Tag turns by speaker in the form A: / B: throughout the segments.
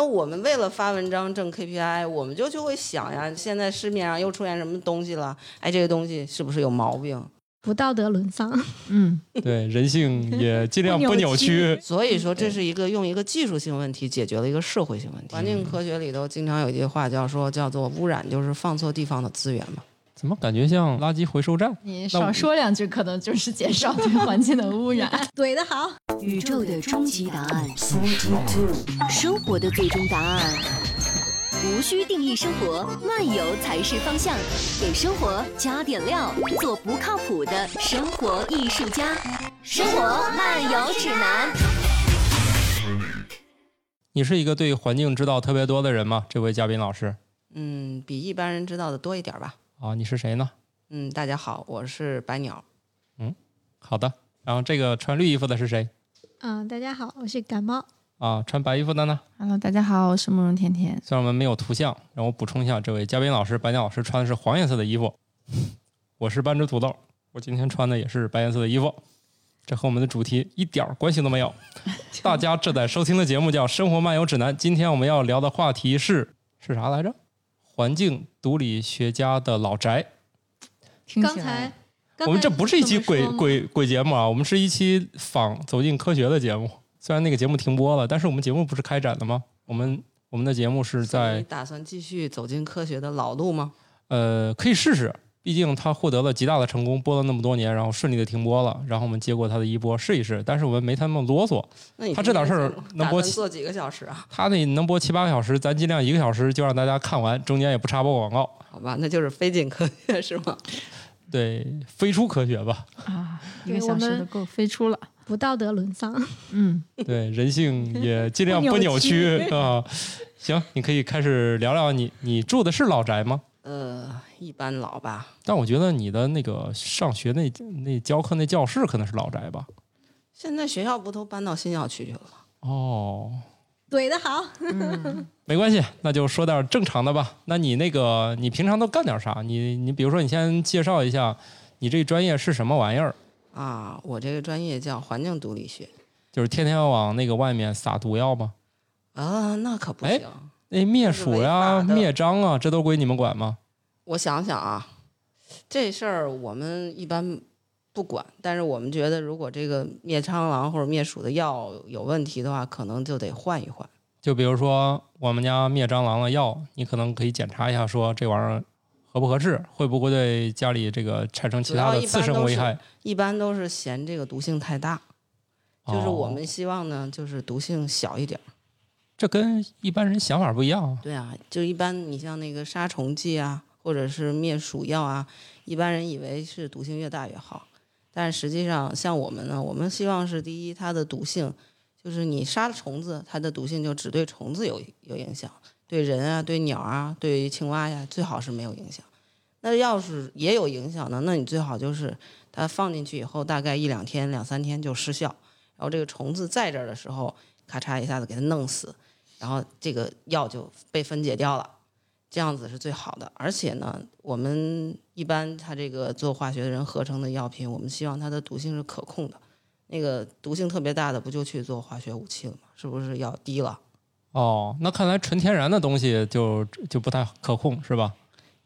A: 那我们为了发文章挣 KPI，我们就就会想呀，现在市面上又出现什么东西了？哎，这个东西是不是有毛病？
B: 不道德沦丧。
C: 嗯，
D: 对人性也尽量不扭
C: 不
D: 曲。
A: 所以说，这是一个用一个技术性问题解决了一个社会性问嗯题。环境科学里头经常有一句话叫说叫做污染就是放错地方的资源嘛。
D: 怎么感觉像垃圾回收站？
C: 你
D: 那
C: 少
D: 我
C: 说两句，可能就是减少 对环境的污染。
B: 怼得好，
E: 宇宙的终极答案，生活的最终答案。无需定义生活，漫游才是方向。给生活加点料，做不靠谱的生活艺术家。生活漫游指南。
D: 你是一个对环境知道特别多的人吗？这位嘉宾老师
A: 嗯，比一般人知道的多一点吧。
D: 啊，你是谁呢？
A: 嗯，大家好，我是白鸟。
D: 好的，然后这个穿绿衣服的是谁
B: 嗯，大家好，我是感冒。
D: 啊？穿白衣服的呢？
F: Hello，大家好，我是慕容甜甜。
D: 虽然我们没有图像，让我补充一下，这位嘉宾老师白鸟老师穿的是黄颜色的衣服， 我是半只土豆，我今天穿的也是白颜色的衣服，这和我们的主题一点儿关系都没 有。大家正在收听的节目叫《生活漫游指南》，今天我们要聊的话题是是啥来着？环境毒理学家的老宅。
C: 听
B: 刚
C: 起来
B: 才，刚才
D: 我们这不是一期
B: 这么说
D: 鬼
B: 吗，
D: 鬼鬼节目啊，我们是一期仿《走进科学》的节目。虽然那个节目停播了，但是我们节目不是开展的吗？我们我们的节目是
A: 所以你
D: 在
A: 打算继续走进科学的老路吗？
D: 呃，可以试试，毕竟它获得了极大的成功，播了那么多年，然后顺利的停播了，然后我们接过它的衣钵试一试。但是我们没他们啰嗦，
A: 那你
D: 他这档事儿能播
A: 打算
D: 起
A: 做几个小时啊？
D: 他那能播七八个小时，咱尽量一个小时就让大家看完，中间也不插播广告。
A: 好吧，那就是非进科学 是吗？
D: 对，飞出科学吧，
C: 啊，一
B: 对
C: 个小
B: 我
C: 时
B: 们
C: 都够飞出了。
B: 不道德沦丧。
F: 嗯，
D: 对人性也尽量不
C: 不
D: 扭
C: 扭
D: 曲
C: 曲
D: 啊、行，你可以开始聊聊你你住的是老宅吗？
A: 呃，一般老吧。
D: 但我觉得你的那个上学那那教课那教室可能是老宅吧？
A: 现在学校不都搬到新校区去了吗？
D: 哦，
B: 怼得好，
D: 没关系，那就说点正常的吧。那你那个你平常都干点啥？你你比如说，你先介绍一下你这专业是什么玩意儿？
A: 啊，我这个专业叫环境毒理学
D: 就是天天往那个外面撒毒药吗？
A: 啊，那可不
D: 哎
A: 行。
D: 那灭
A: 这
D: 鼠呀、
A: 是违法的
D: 灭蟑啊，这都归你们管吗？
A: 我想想啊，这事儿我们一般不管，但是我们觉得如果这个灭蟑螂或者灭鼠的药有问题的话，可能就得换一换。
D: 就比如说我们家灭蟑螂的药，你可能可以检查一下，说这玩意儿合不合适，会不会对家里这个产生其他的次生危害？
A: 一般都是嫌这个毒性太大，就是我
D: 哦
A: 们希望呢，就是毒性小一点儿。
D: 这跟一般人想法不一样啊。
A: 对啊，就一般你像那个杀虫剂啊，或者是灭鼠药啊，一般人以为是毒性越大越好，但实际上像我们呢，我们希望是第一，它的毒性就是你杀了虫子，它的毒性就只对虫子有有影响，对人啊、对鸟啊、对青蛙呀，最好是没有影响。那要是也有影响呢，那你最好就是它放进去以后，大概一两天、两三天就失效，然后这个虫子在这儿的时候，咔嚓一下子给它弄死，然后这个药就被分解掉了，这样子是最好的。而且呢，我们一般它这个做化学的人合成的药品，我们希望它的毒性是可控的。那个毒性特别大的，不就去做化学武器了吗？是不是要低了？
D: 哦，那看来纯天然的东西就就不太可控，是吧？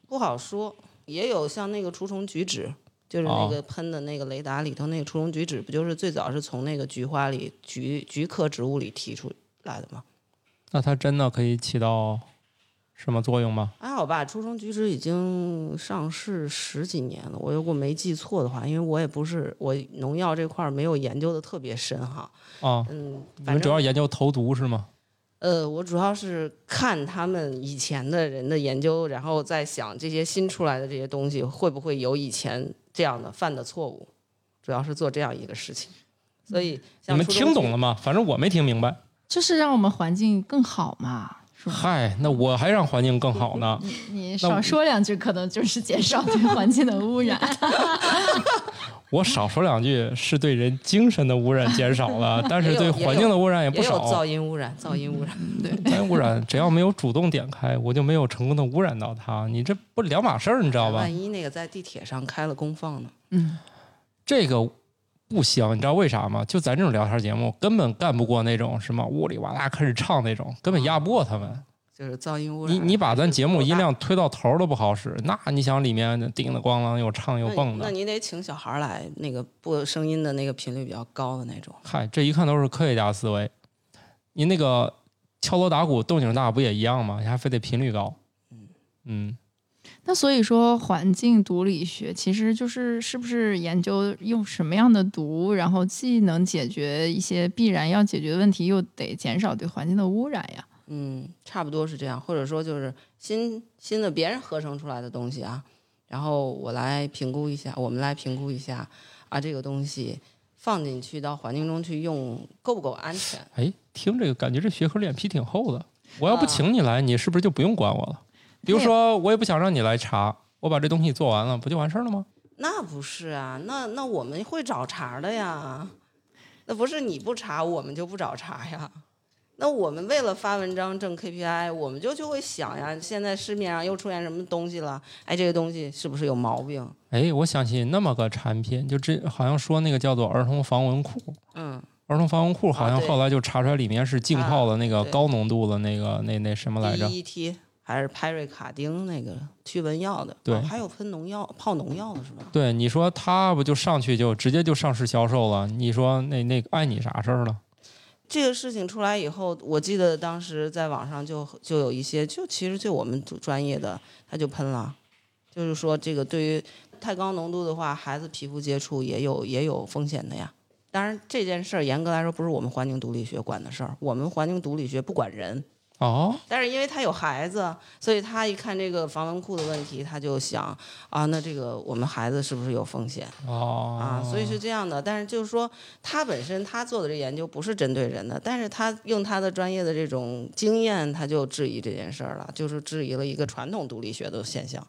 A: 不好说。也有像那个除虫菊酯，就是那个喷的那个雷达里头那个除虫菊酯，不就是最早是从那个菊花里菊菊科植物里提出来的吗？
D: 那它真的可以起到什么作用吗？
A: 还好吧，初中菊酯已经上市十几年了，我如果没记错的话，因为我也不是我农药这块儿没有研究的特别深哈，
D: 啊，
A: 嗯，
D: 你
A: 反
D: 们主
A: 正
D: 要研究投毒是吗？
A: 呃，我主要是看他们以前的人的研究，然后再想这些新出来的这些东西会不会有以前这样的犯的错误，主要是做这样一个事情。所以
D: 嗯你
A: 像
D: 们
A: 初中
D: 听
A: 菊
D: 懂了吗？反正我没听明白。
F: 就是让我们环境更好嘛，是
A: 嗯
F: 吧？
D: 嗨，那我还让环境更好呢。
C: 你
D: 那我
C: 少说两句，可能就是减少对环境的污染。
D: 我少说两句是对人精神的污染减少 了，但是对环境的污染也
A: 也
D: 不
A: 有噪
D: 少。
A: 音污染，噪音污染，
D: 环境污染只要没有主动点开，我就没有成功的污染到它。你这不两码事儿，你知道吧？
A: 万一那个在地铁上开了公放呢？
F: 嗯，
D: 这个不香，你知道为啥吗？就咱这种聊天节目，根本干不过那种什么呜里哇啦开始唱那种，根本压不过他们。
A: 就是噪音污染。
D: 你你把咱节目音量推到头儿都不好使，那你想里面叮的咣啷又唱又
A: 那
D: 蹦
A: 那
D: 的，
A: 你得请小孩儿来，那个播声音的那个频率比较高的那种。
D: 嗨，这一看都是科学家思维。你那个敲锣打鼓动静大不也一样吗？你还非得频率高？嗯
F: 那所以说，环境毒理学其实就是是不是研究用什么样的毒，然后既能解决一些必然要解决的问题，又得减少对环境的污染呀？
A: 嗯，差不多是这样，或者说就是新新的别人合成出来的东西啊，然后我来评估一下，我们来评估一下啊，这个东西放进去到环境中去用够不够安全？
D: 哎，听这个感觉这学科脸皮挺厚的。我
A: 啊
D: 要不请你来，你是不是就不用管我了？比如说，我也不想让你来查，我把这东西做完了，不就完事儿了吗？
A: 那不是啊，那那我们会找茬的呀，那不是你不查我们就不找茬呀。那我们为了发文章挣 KPI，我们就就会想呀，现在市面上又出现什么东西了？哎，这个东西是不是有毛病？
D: 哎，我想起那么个产品，就这好像说那个叫做儿童防蚊裤，
A: 嗯，
D: 儿童防蚊裤好
A: 啊
D: 像
A: 对啊
D: 后来就查出来里面是浸泡的那个
A: 对
D: 高浓度的那个那那什么来着？
A: DET 还是派瑞卡丁那个驱蚊药的，
D: 对
A: 哦还有喷农药、泡农药的是吧？
D: 对，你说他不就上去就直接就上市销售了？你说那那碍你啥事儿了？
A: 这个事情出来以后，我记得当时在网上就就有一些，就其实就我们专业的他就喷了，就是说这个对于太高浓度的话，孩子皮肤接触也有也有风险的呀。当然，这件事儿严格来说不是我们环境毒理学管的事儿，我们环境毒理学不管人，
D: 哦，
A: 但是因为他有孩子，所以他一看这个防蚊裤的问题，他就想啊，那这个我们孩子是不是有风险
D: 哦
A: 啊？所以是这样的。但是就是说，他本身他做的这研究不是针对人的，但是他用他的专业的这种经验，他就质疑这件事儿了，就是质疑了一个传统毒理学的现象。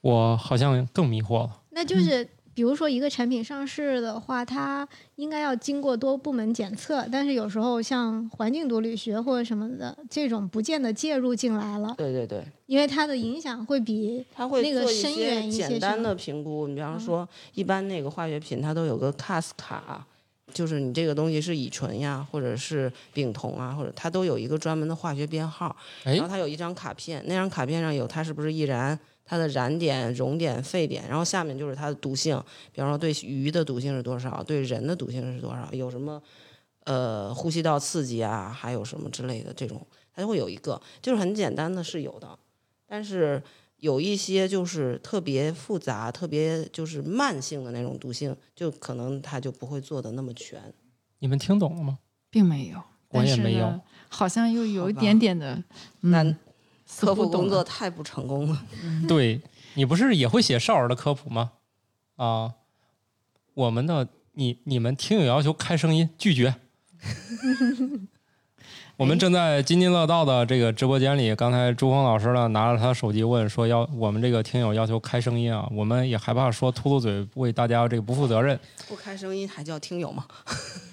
D: 我好像更迷惑了。
B: 那就是比如说一个产品上市的话，它应该要经过多部门检测，但是有时候像环境毒理学或者什么的这种，不见得介入进来了，
A: 对对对，
B: 因为它的影响会比
A: 他会
B: 那个
A: 做一
B: 深
A: 些
B: 远一些
A: 简
B: 是
A: 单
B: 吗嗯
A: 的评估，你比方说，一般那个化学品它都有个 CAS 卡，就是你这个东西是乙醇呀，或者是丙酮啊，或者它都有一个专门的化学编号。
D: 哎
A: 然后它有一张卡片，那张卡片上有它是不是易燃，它的燃点、熔点、沸点，然后下面就是它的毒性，比方说对鱼的毒性是多少，对人的毒性是多少，有什么呃呼吸道刺激啊，还有什么之类的这种，它就会有一个，就是很简单的是有的，但是有一些就是特别复杂、特别就是慢性的那种毒性，就可能它就不会做的那么全。
D: 你们听懂了吗？
F: 并没有，
D: 我
F: 但
D: 也
F: 是
D: 没有
F: 呢，好像又有一
A: 好吧
F: 点点的，
A: 那
F: 嗯，似
A: 科
F: 乎
A: 普
F: 懂
A: 工
F: 了
A: 作太不成功了。
D: 对你不是也会写少儿的科普吗？啊，我们的你你们听友要求开声音拒绝。 我们正在津津乐道的这个直播间里，刚才朱峰老师呢拿着他手机问说要我们这个听友要求开声音啊，我们也害怕说秃噜嘴为大家这个不负责任。
A: 不开声音还叫听友吗？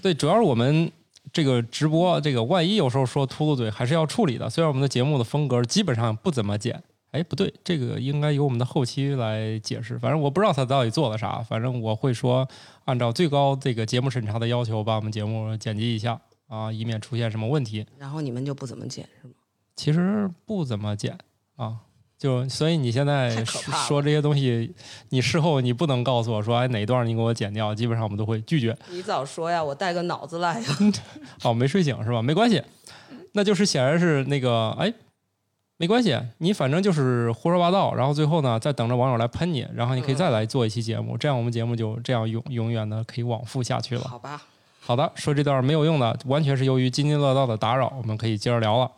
D: 对，主要是我们这个直播，这个万一有时候说秃噜嘴，还是要处理的。虽然我们的节目的风格基本上不怎么剪，哎，不对，这个应该由我们的后期来解释。反正我不知道他到底做了啥，反正我会说按照最高这个节目审查的要求，把我们节目剪辑一下啊，以免出现什么问题。
A: 然后你们就不怎么剪是吗？
D: 其实不怎么剪啊。就所以你现在
A: 太可
D: 说
A: 怕了
D: 说这些东西，你事后你不能告诉我说，哎哪一段你给我剪掉，基本上我们都会拒绝。
A: 你早说呀，我带个脑子来呀。
D: 哦，没睡醒是吧？没关系，那就是显然是那个哎，没关系，你反正就是胡说八道，然后最后呢，再等着网友来喷你，然后你可以再来做一期节目，这样我们节目就这样永永远的可以往复下去了。
A: 好吧，
D: 好的，说这段没有用的，完全是由于津津乐道的打扰，我们可以接着聊了。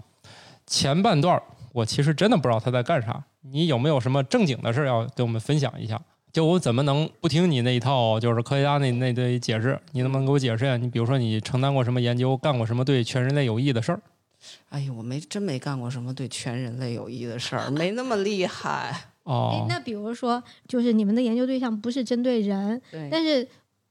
D: 前半段儿我其实真的不知道他在干啥，你有没有什么正经的事儿要跟我们分享一下？就我怎么能不听你那一套，就是科学家那那堆解释？你能不能给我解释呀？你比如说你承担过什么研究，干过什么对全人类有益的事儿？
A: 哎呦，我没真没干过什么对全人类有益的事儿，没那么厉害。
B: 哎
D: 哦，，
B: 那比如说就是你们的研究对象不是针对人，
A: 对，
B: 但是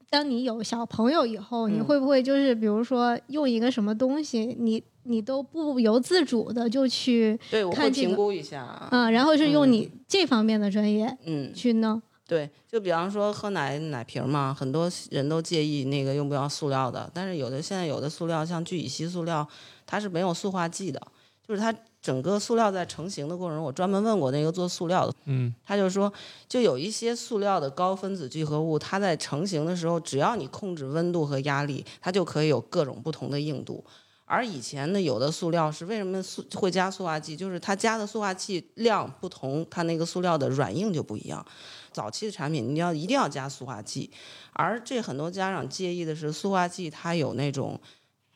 B: 当你有小朋友以后，你
A: 嗯
B: 会不会就是比如说用一个什么东西，你你都不由自主的就去
A: 对，我会
B: 看这个
A: 评估一下。
B: 嗯，然后是用
A: 嗯
B: 你这方面的专业
A: 嗯，
B: 去弄，
A: 对，就比方说喝奶奶瓶儿嘛，很多人都介意那个用不用塑料的，但是有的现在有的塑料，像聚乙烯塑料，它是没有塑化剂的，就是它整个塑料在成型的过程中，我专门问过那个做塑料的，
D: 嗯，
A: 他就说，就有一些塑料的高分子聚合物，它在成型的时候，只要你控制温度和压力，它就可以有各种不同的硬度。而以前的有的塑料是为什么塑会加塑化剂，就是它加的塑化剂量不同，它那个塑料的软硬就不一样。早期的产品你要一定要加塑化剂，而这很多家长介意的是塑化剂它有那种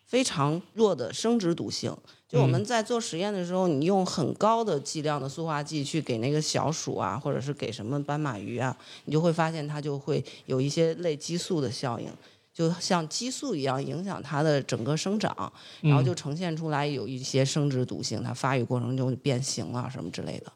A: 非常弱的生殖毒性。就我们在做实验的时候，你用很高的剂量的塑化剂去给那个小鼠啊，或者是给什么斑马鱼啊，你就会发现它就会有一些类激素的效应，就像激素一样影响它的整个生长，然后
D: 嗯
A: 就呈现出来有一些生殖毒性，它发育过程中就变形了什么之类的。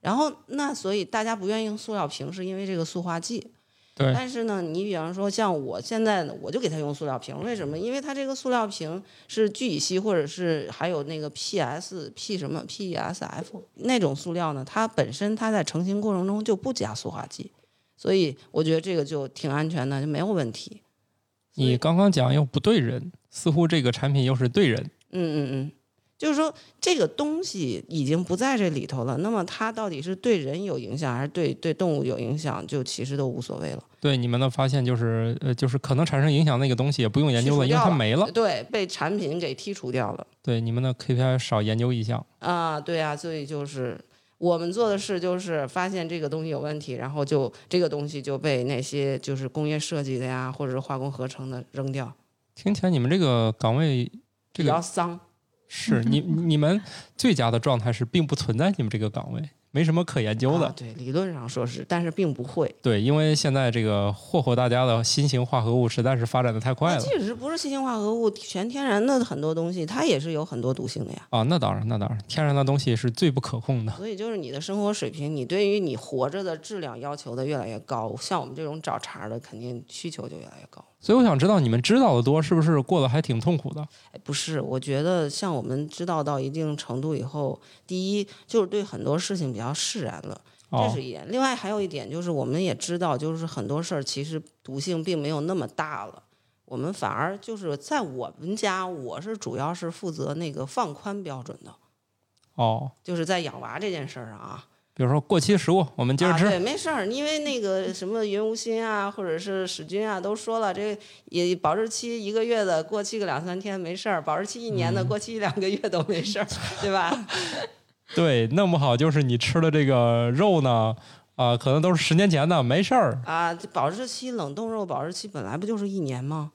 A: 然后那所以大家不愿意用塑料瓶，是因为这个塑化剂。
D: 嗯对
A: 但是呢，你比方说像我现在呢，我就给它用塑料瓶，为什么？因为它这个塑料瓶是聚乙烯，或者是还有那个 PS、P 什么 PESF 那种塑料呢，它本身它在成型过程中就不加塑化剂，所以我觉得这个就挺安全的，就没有问题。
D: 你刚刚讲又不对人，似乎这个产品又是对人，
A: 嗯嗯嗯，就是说这个东西已经不在这里头了，那么它到底是对人有影响，还是对对动物有影响，就其实都无所谓了。
D: 对你们的发现就是，呃，就是可能产生影响那个东西也不用研究
A: 剔除
D: 了，因为
A: 掉
D: 它没了。
A: 对，被产品给剔除掉了。
D: 对你们的 KPI 少研究一项，
A: 啊，对啊，所以就是我们做的事就是发现这个东西有问题，然后就这个东西就被那些就是工业设计的呀，或者是化工合成的扔掉，
D: 听起来你们这个岗位，这
A: 比较
D: 个
A: 丧。
D: 是 你你们最佳的状态是并不存在你们这个岗位，没什么可研究的。
A: 啊，对，理论上说是，但是并不会。
D: 对，因为现在这个霍霍大家的新型化合物实在是发展的太
A: 那
D: 快了
A: 即使不是新型化合物，全天然的很多东西，它也是有很多毒性的呀。
D: 啊！那当然，那当然，天然的东西是最不可控的。
A: 所以就是你的生活水平，你对于你活着的质量要求的越来越高，像我们这种找茬儿的，肯定需求就越来越高。
D: 所以我想知道，你们知道的多，是不是过得还挺痛苦的？
A: 哎不是，我觉得像我们知道到一定程度以后，第一就是对很多事情比较释然了，这
D: 哦
A: 是，一点。另外还有一点就是，我们也知道，就是很多事儿其实毒性并没有那么大了。我们反而就是在我们家，我是主要是负责那个放宽标准的，
D: 哦，
A: 就是在养娃这件事儿上啊。
D: 比如说过期食物，我们接着
A: 啊，
D: 吃。
A: 对，没事儿，因为那个什么云无心啊，或者是史君啊，都说了，这也保质期一个月的，过期个两三天没事儿；保质期一
D: 嗯
A: 年的，过期一两个月都没事儿，对吧？
D: 对弄不好就是你吃的这个肉呢，啊、可能都是十年前的，没事儿。
A: 啊，这保质期冷冻肉保质期本来不就是一年吗？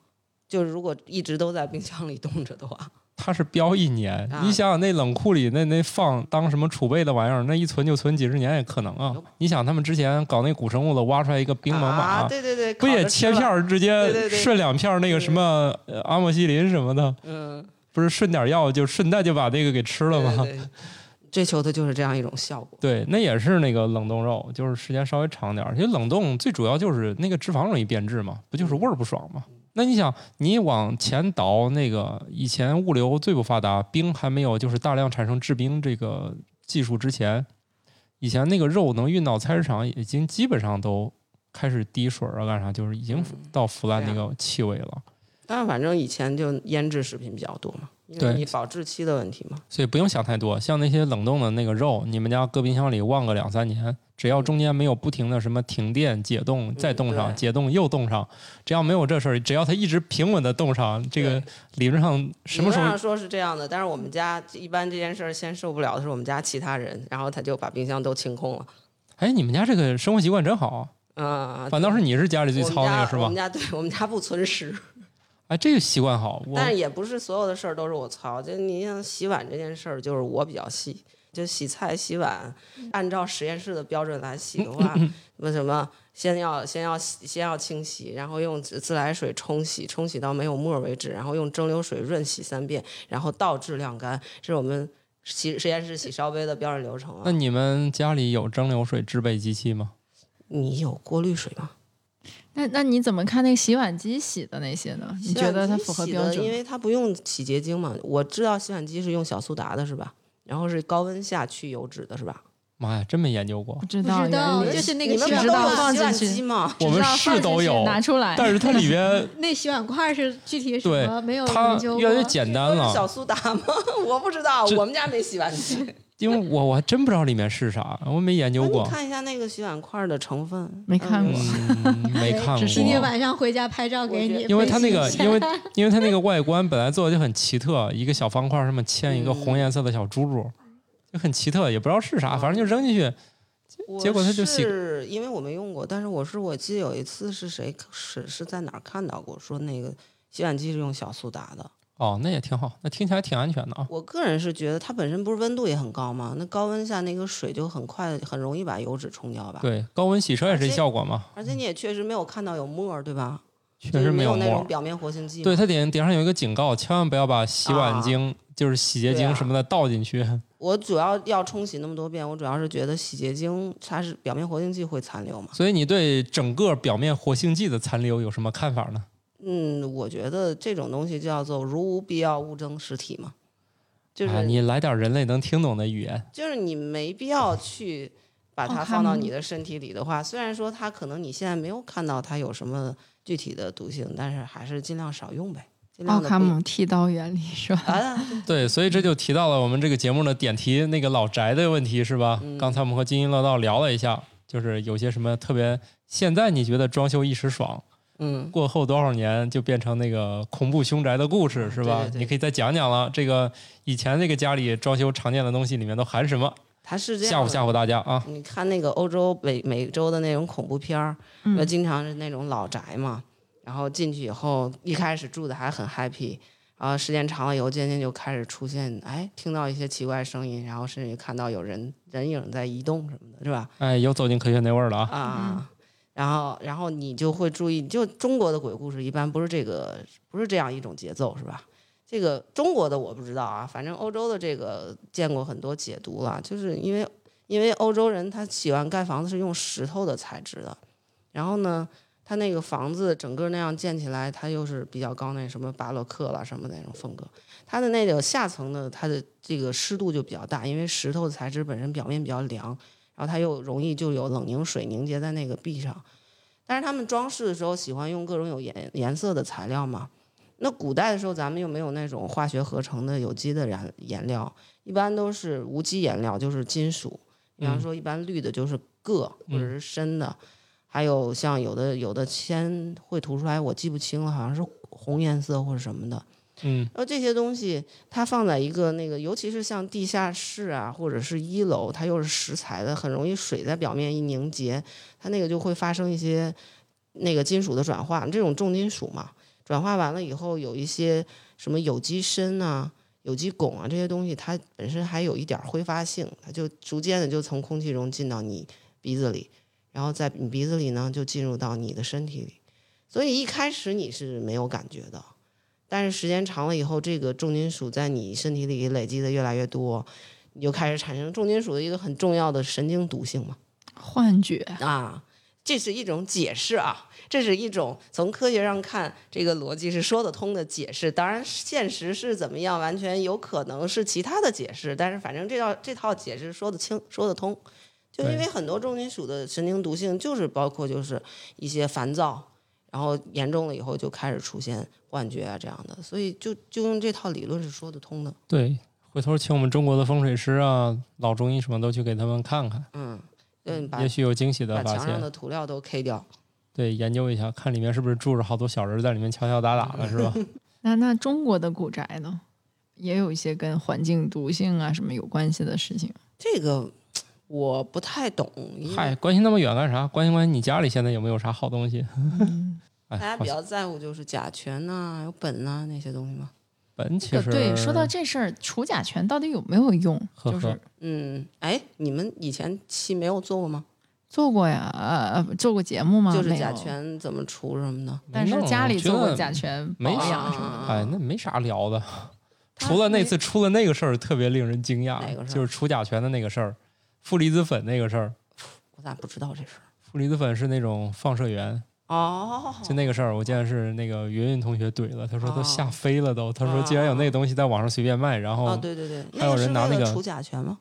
A: 就是如果一直都在冰箱里冻着的话，
D: 它是标一年，
A: 啊
D: 你想想那冷库里那那放当什么储备的玩意儿，那一存就存几十年也可能啊
A: 有。
D: 你想他们之前搞那古生物的，挖出来一个冰猛犸、
A: 啊，对对对，
D: 不
A: 烤
D: 也
A: 着
D: 切
A: 吃
D: 片
A: 了？
D: 儿
A: 对
D: 直
A: 对对
D: 接顺两片儿那个什么呃阿莫西林什么的，
A: 嗯，
D: 不是顺点儿药就顺带就把那个给吃了
A: 对
D: 吗？
A: 对对，追求的就是这样一种效果。
D: 对，那也是那个冷冻肉，就是时间稍微长点儿。因为冷冻最主要就是那个脂肪容易变质嘛，不就是味儿不爽嘛？那你想，你往前倒，那个以前物流最不发达，冰还没有就是大量产生制冰这个技术之前，以前那个肉能运到菜市场，已经基本上都开始滴水儿啊，干啥，就是已经到腐烂那
A: 对
D: 个气味了。
A: 但是反正以前就腌制食品比较多嘛，因为
D: 对
A: 你保质期的问题嘛。
D: 所以不用想太多。像那些冷冻的那个肉，你们家搁冰箱里忘个两三年，只要中间没有不停的什么停电、解冻、再冻上、
A: 嗯对
D: 解冻又冻上，只要没有这事儿，只要它一直平稳的冻上，这个理论上什么时
A: 理论
D: 候
A: 上说是这样的，但是我们家一般这件事儿先受不了的是我们家其他人，然后他就把冰箱都清空了。
D: 哎，你们家这个生活习惯真好啊，
A: 啊、
D: 反倒是你是家里最
A: 我们
D: 糙那
A: 家
D: 个是
A: 我
D: 吧
A: 们？家对我们家不存食，
D: 哎，这个习惯好，我
A: 但是也不是所有的事儿都是我操。就你像洗碗这件事儿，就是我比较细，就洗菜、洗碗，按照实验室的标准来洗的话， 那什么先要先要洗先要清洗，然后用自自来水冲洗，冲洗到没有沫儿为止，然后用蒸馏水润洗三遍，然后倒置晾干，这是我们洗实验室洗烧杯的标准流程啊。
D: 那你们家里有蒸馏水制备机器吗？
A: 你有过滤水吗？
F: 那那你怎么看那个洗碗机洗的那些呢？你觉得它符合
A: 洗碗机洗的
F: 标准
A: 因
F: 吗？
A: 为它不用洗洁精嘛。我知道洗碗机是用小苏打的是吧？然后是高温下去油脂的是吧？
D: 妈呀，真没研究过
F: 不。知
B: 不
F: 道
B: 知
F: 原
A: 哦
B: 道
F: 理
B: 就是
F: 那
A: 你
F: 个
A: 们
F: 洗
A: 不
F: 知
A: 都
F: 道
A: 有
F: 放
A: 洗碗
F: 进去
A: 机吗？
D: 我们是都有，
C: 拿出来，
D: 但是它里边
B: 嗯那洗碗块是具体什
D: 对
B: 么 没有
D: 它
B: 研究
D: 越来越
B: 过
D: 简
A: 都
D: 单
A: 是
D: 了。
A: 小苏打吗？ 我不知道，
D: 这
A: 我们家没洗碗机。
D: 因为我我还真不知道里面是啥，我没研究
A: 那
D: 过
A: 你，看一下那个洗碗块的成分，
F: 没看过
D: 嗯，没看
F: 只是
B: 今天
D: 过。
B: 晚上回家拍照给
A: 我觉
B: 你
A: 得，
D: 因为它那个
B: 分，析一
D: 因为
B: 下
D: 因为它那个外观本来做的就很奇特，一个小方块上面嵌一个
A: 嗯
D: 红颜色的小珠珠，就很奇特，也不知道是啥，反正就扔进去。
A: 我
D: 结果它就洗
A: 是因为我没用过，但是我是我记得有一次是谁是是在哪儿看到过说那个洗碗机是用小苏打的。
D: 哦，那也挺好，那听起来挺安全的啊。
A: 我个人是觉得它本身不是温度也很高吗？那高温下那个水就很快很容易把油脂冲掉吧。，
D: 对，高温洗车也是
A: 而
D: 这
A: 且
D: 效果嘛，
A: 而且你也确实没有看到有沫儿，对吧？
D: 确
A: 就
D: 实
A: 是没
D: 有沫
A: 那种
D: 儿。
A: 表面活性剂嘛。
D: 对，它顶顶上有一个警告，千万不要把洗碗
A: 啊
D: 精、就是洗洁
A: 对
D: 精
A: 啊
D: 什么的倒进去。
A: 我主要要冲洗那么多遍，我主要是觉得洗洁精它是表面活性剂会残留嘛。
D: 所以你对整个表面活性剂的残留有什么看法呢？
A: 嗯，我觉得这种东西叫做如无必要勿增实体嘛，就是、
D: 啊，你来点人类能听懂的语言。
A: 就是你没必要去把它
F: 哦
A: 放
F: 他
A: 到
F: 们
A: 你的身体里的话，虽然说它可能你现在没有看到它有什么具体的毒性，但是还是尽量少用呗，尽
F: 奥
A: 量的
F: 卡姆剃刀原理是吧？
A: 啊，
D: 对，所以这就提到了我们这个节目的点题那个老宅的问题是吧？
A: 嗯
D: 刚才我们和津津乐道聊了一下，就是有些什么特别，现在你觉得装修一时爽，
A: 嗯，
D: 过后多少年就变成那个恐怖凶宅的故事是吧？
A: 嗯对对对
D: 你可以再讲讲了，这个以前那个家里装修常见的东西里面都含什么，
A: 它是这样
D: 吓唬
A: 的
D: 吓唬大家啊！
A: 你看那个欧洲北美洲的那种恐怖片儿，那、
F: 嗯
A: 经常是那种老宅嘛，然后进去以后一开始住的还很 happy，然后时间长了以后，渐渐就开始出现哎，听到一些奇怪声音，然后甚至于看到有人人影在移动什么的，是吧？
D: 哎，有走进科学那味儿了啊！
A: 啊，然后然后你就会注意，就中国的鬼故事一般不是这个，不是这样一种节奏，是吧？这个中国的我不知道啊，反正欧洲的这个见过很多解读了，就是因为因为欧洲人他喜欢盖房子是用石头的材质的，然后呢，他那个房子整个那样建起来，它又是比较高那什么巴洛克啦什么那种风格，它的那个下层呢，它的这个湿度就比较大，因为石头的材质本身表面比较凉，然后它又容易就有冷凝水凝结在那个壁上。但是他们装饰的时候喜欢用各种有颜颜色的材料嘛。那古代的时候，咱们又没有那种化学合成的有机的燃颜料，一般都是无机颜料，就是金属。比方
D: 嗯
A: 说，一般绿的就是铬或者是砷的，还有像有的有的铅会涂出来，我记不清了，好像是红颜色或者什么的。
D: 嗯，
A: 然后这些东西它放在一个那个，尤其是像地下室啊，或者是一楼，它又是石材的，很容易水在表面一凝结，它那个就会发生一些那个金属的转化，这种重金属嘛，转化完了以后有一些什么有机砷啊、有机汞啊这些东西，它本身还有一点儿挥发性，它就逐渐的就从空气中进到你鼻子里，然后在你鼻子里呢就进入到你的身体里，所以一开始你是没有感觉的。但是时间长了以后，这个重金属在你身体里累积的越来越多，你就开始产生重金属的一个很重要的神经毒性嘛。
F: 幻觉，
A: 啊，这是一种解释啊，这是一种从科学上看这个逻辑是说得通的解释。当然，现实是怎么样，完全有可能是其他的解释，但是反正这套这套解释说得清，说得通。就因
D: 对
A: 为很多重金属的神经毒性，就是包括就是一些烦躁，然后严重了以后就开始出现幻觉啊这样的，所以就就用这套理论是说得通的。
D: 对，回头请我们中国的风水师啊、老中医什么都去给他们看看，
A: 嗯，嗯，把
D: 也许有惊喜的
A: 把
D: 发
A: 墙上
D: 现。
A: 的涂料都 K 掉。
D: 对，研究一下，看里面是不是住着好多小人在里面敲敲打打 的，是吧？
F: 那那中国的古宅呢，也有一些跟环境毒性啊什么有关系的事情。
A: 这个我不太懂，因为
D: 嗨，关心那么远干啥？关心关心你家里现在有没有啥好东西？
F: 嗯
D: 哎，
A: 大家
D: 好
A: 比较在乎就是甲醛呐、有苯呐、那些东西嘛。
D: 本其实
F: 呃对，说到这事儿，除甲醛到底有没有用？
D: 呵
F: 就
D: 呵
F: 是
A: 嗯，哎，你们以前期没有做过吗？
F: 做过呀，呃，呃做过节目吗？
A: 就是
F: 没
A: 甲
F: 有，
A: 醛怎么除什么的。
D: 没
F: 但是
D: 弄
F: 家里
D: 我觉
F: 做过
D: 得
F: 甲醛保
D: 没
F: 养什么的。
A: 啊
D: 哎，那没啥聊的，
A: 他
D: 除了那
A: 那
D: 次出了那个事儿，特别令人惊
A: 哪个，
D: 讶
A: 事儿
D: 就是除甲醛的那个事儿，负离子粉那个事儿。
A: 我咋不知道这事儿？
D: 负离子粉是那种放射源，
A: 哦，
D: 就那个事儿，我见是那个云云同学怼了，他说都
A: 哦
D: 吓飞了都，他说竟然有那个东西在网上随便卖，然
A: 哦，
D: 后
A: 对对对，
D: 还
A: 那
D: 有
A: 个
D: 人
A: 是
D: 拿
A: 为
D: 那
A: 了
D: 个
A: 除甲醛吗？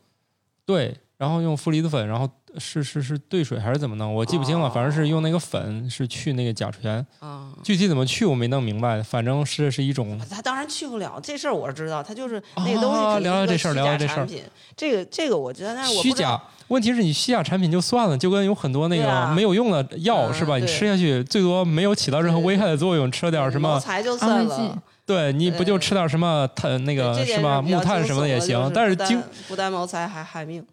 D: 对，然后用负离子粉，然后是是是兑水还是怎么弄？我记不清了，
A: 哦
D: 反正是用那个粉是去那个甲醛，
A: 啊。
D: 具体怎么去我没弄明白，反正是是一种
A: 他当然去不了，这事儿我是知道，他就是
D: 哦
A: 那个东西肯定
D: 聊聊
A: 是
D: 这
A: 个
D: 事儿
A: 虚
D: 聊聊
A: 假
D: 这事儿
A: 产品。这个这个我知道，但是我
D: 虚
A: 不知
D: 假
A: 道。。
D: 问题是你虚假产品就算了，就跟有很多那
A: 对
D: 个
A: 啊
D: 没有用的药、
A: 嗯
D: 是吧？你
A: 对
D: 吃下去最多没有起到任何
A: 对
D: 危害的作用，吃了点什
A: 谋
D: 么，
A: 财就算
F: 安慰剂
A: 了，
D: 对你不就
A: 呃
D: 吃点什么碳
A: 对
D: 那个
A: 这件
D: 是
A: 事
D: 吧？
A: 比较
D: 木炭
A: 惊
D: 什么的
A: 悚
D: 也
A: 就
D: 行，但是
A: 不单
D: 经
A: 不单谋财还害命。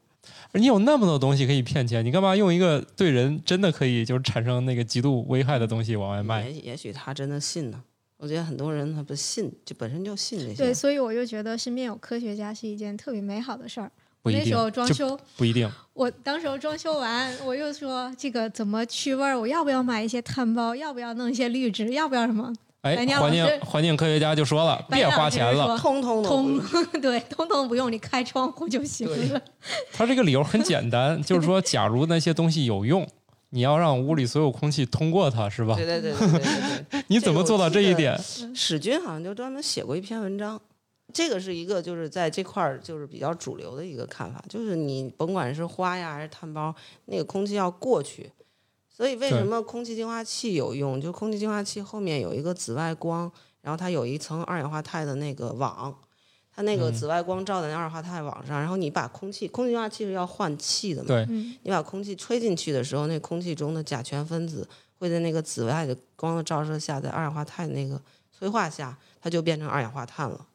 D: 你有那么多东西可以骗钱，你干嘛用一个对人真的可以就是产生那个极度危害的东西往外卖？
A: 也也许他真的信呢。我觉得很多人他不信，就本身就信这些。
B: 对，所以我就觉得身边有科学家是一件特别美好的事儿。
D: 不一
B: 那时
D: 定
B: 候，装
D: 就
B: 修，
D: 不一定。
B: 我当时候装修完，我又说这个怎么去味儿？我要不要买一些炭包？要不要弄一些绿植？要不要什么？
D: 哎
B: 白，娘老
D: 环境
B: 师
D: 环境科学家就说了，
B: 白
D: 别
B: 娘老
D: 花
B: 师
D: 钱了。
B: 说
A: 通通都
B: 通 对，通通不用，你开窗户就行 了。
D: 他这个理由很简单，就是说，假如那些东西有用，你要让屋里所有空气通过它，是吧
A: 对？对对对对对 对。
D: 你怎么做到这一点？
A: 史军好像就专门写过一篇文章，这个是一个就是在这块儿就是比较主流的一个看法，就是你甭管是花呀还是炭包，那个空气要过去。所以为
D: 对
A: 什么空气净化器有用？就空气净化器后面有一个紫外光，然后它有一层二氧化钛的那个网，它那个
D: 嗯
A: 紫外光照在那二氧化钛网上，然后你把空气，空气净化器是要换气的嘛？
D: 对
B: 嗯，
A: 你把空气吹进去的时候，那空气中的甲醛分子会在那个紫外的光的照射下，在二氧化钛那个催化下，它就变成二氧化碳了。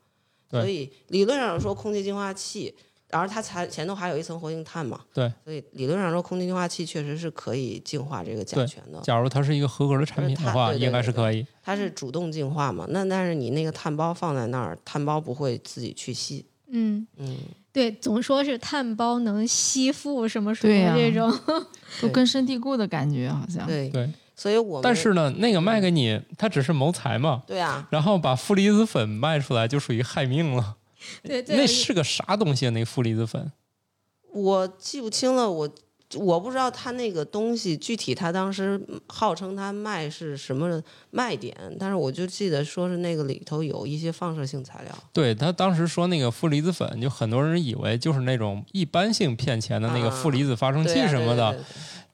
D: 对
A: 所以理论上说，空气净化器，然后它才前头还有一层活性炭嘛。
D: 对。
A: 所以理论上说，空气净化器确实是可以净化这个甲
D: 对
A: 醛的，
D: 假如它是一个合格的产品
A: 就是
D: 的话，
A: 它对对
D: 应该是可以。
A: 它是主动净化嘛。那但是你那个碳包放在那儿，碳包不会自己去吸。
B: 嗯，
A: 嗯，
B: 对，总说是炭包能吸附什么什
F: 对
B: 么
F: 呀
B: 这种，
F: 都
A: 对
F: 根深蒂固的感觉，好像。
A: 对。
D: 对，
A: 所以我们
D: 但是呢，那个卖给你，它只是谋财嘛，
A: 对啊，
D: 然后把负离子粉卖出来就属于害命了。
B: 对对，
D: 那是个啥东西啊？那个负离子粉？
A: 我记不清了，我我不知道他那个东西具体他当时号称他卖是什么卖点，但是我就记得说是那个里头有一些放射性材料，
D: 对他当时说那个负离子粉，就很多人以为就是那种一般性骗钱的那个
A: 啊
D: 负离子发生
A: 对
D: 器
A: 啊
D: 什么的，，
A: 对对对对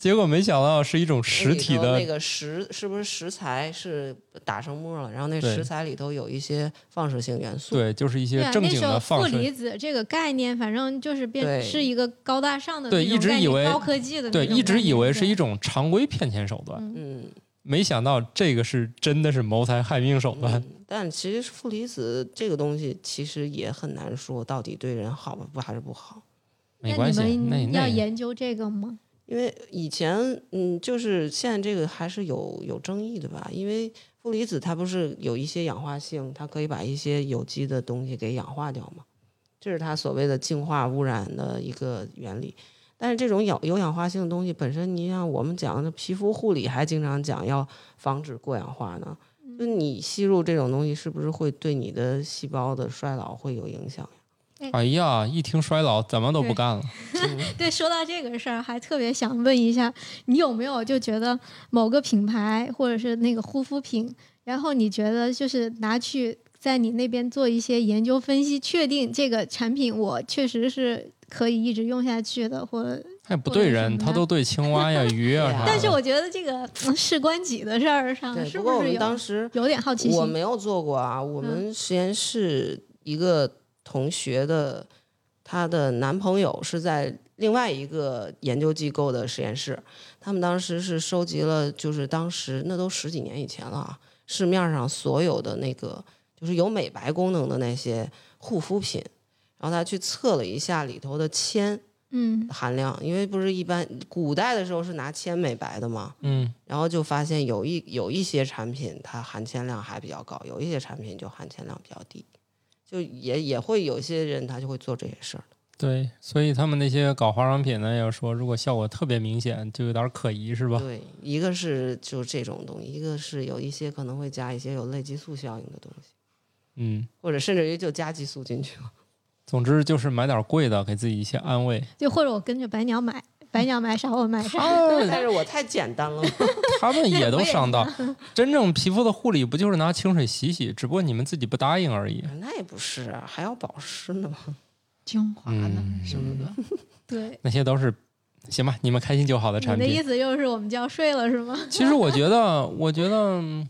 D: 结果没想到是一种实
A: 那
D: 体
A: 里头
D: 的
A: 那个石是不是石材是打成沫了，然后那
D: 对
A: 石材里头有一些放射性元素，
D: 对，就是一
B: 对
D: 些
B: 啊，
D: 正
B: 那
D: 经
B: 时候
D: 的放
B: 负
D: 射，
B: 离子这个概念，反正就是变
A: 对
B: 是一个高大上的
D: 对
B: 那种
D: 一直
B: 概念
D: 以为
B: 高科技的那
D: 对，
B: 种
D: 一直
B: 概
D: 以
B: 念
D: 为是
B: 对
D: 一种常规骗钱手段，
B: 嗯
A: 嗯。
D: 没想到这个是真的是谋财害命手段。
A: 嗯，但其实负离子这个东西其实也很难说到底对人好不还是不好。
D: 没关系，
B: 那你
D: 那
B: 们要
D: 那也
B: 研究这个吗？
A: 因为以前，嗯，就是现在这个还是有有争议的吧？因为负离子它不是有一些氧化性，它可以把一些有机的东西给氧化掉嘛，这是它所谓的净化污染的一个原理。但是这种氧有氧化性的东西本身，你像我们讲的皮肤护理，还经常讲要防止过氧化呢。就你吸入这种东西，是不是会对你的细胞的衰老会有影响？
D: 哎呀，一听衰老，怎么都不
B: 对
D: 干了。
B: 对，说到这个事儿，还特别想问一下，你有没有就觉得某个品牌或者是那个护肤品，然后你觉得就是拿去在你那边做一些研究分析，确定这个产品我确实是可以一直用下去的，或者
D: 哎，不
B: 或
D: 对
B: 者
D: 人，
B: 什么
D: 他
B: 呢
D: 都对青蛙呀、鱼呀
A: 对啊
D: 啥的。
B: 但是我觉得这 个嗯事关己的事儿上，
A: 对，
B: 嗯是
A: 不过我
B: 是
A: 们
B: 有
A: 当时
B: 有点好奇
A: 我
B: 心？嗯
A: 没有做过啊，我们实验室一个同学的，她的男朋友是在另外一个研究机构的实验室，他们当时是收集了，就是当时那都十几年以前了啊，市面上所有的那个就是有美白功能的那些护肤品，然后他去测了一下里头的铅
B: 嗯，
A: 含量，因为不是一般古代的时候是拿铅美白的嘛，
D: 嗯，
A: 然后就发现有一有一些产品它含铅量还比较高，有一些产品就含铅量比较低，就也也会有些人他就会做这些事儿的。
D: 对，所以他们那些搞化妆品的要说，如果效果特别明显，就有点可疑，是吧？
A: 对，一个是就这种东西，一个是有一些可能会加一些有类激素效应的东西，
D: 嗯，
A: 或者甚至于就加激素进去了。
D: 总之就是买点贵的，给自己一些安慰。
B: 就或者我跟着白鸟买，白鸟买啥我买啥。
D: 啊
A: 但是我太简单了嘛，
D: 他们也都上当。真正皮肤的护理不就是拿清水洗洗，只不过你们自己不答应而已。
A: 那也不是啊，还要保湿呢嘛。
F: 精华呢
D: 嗯
F: 什么 的。
B: 对，
D: 那些都是行吧，你们开心就好的产
B: 你的意
D: 品。
B: 思又是我们就要睡了是吗？
D: 其实我觉得，我觉得嗯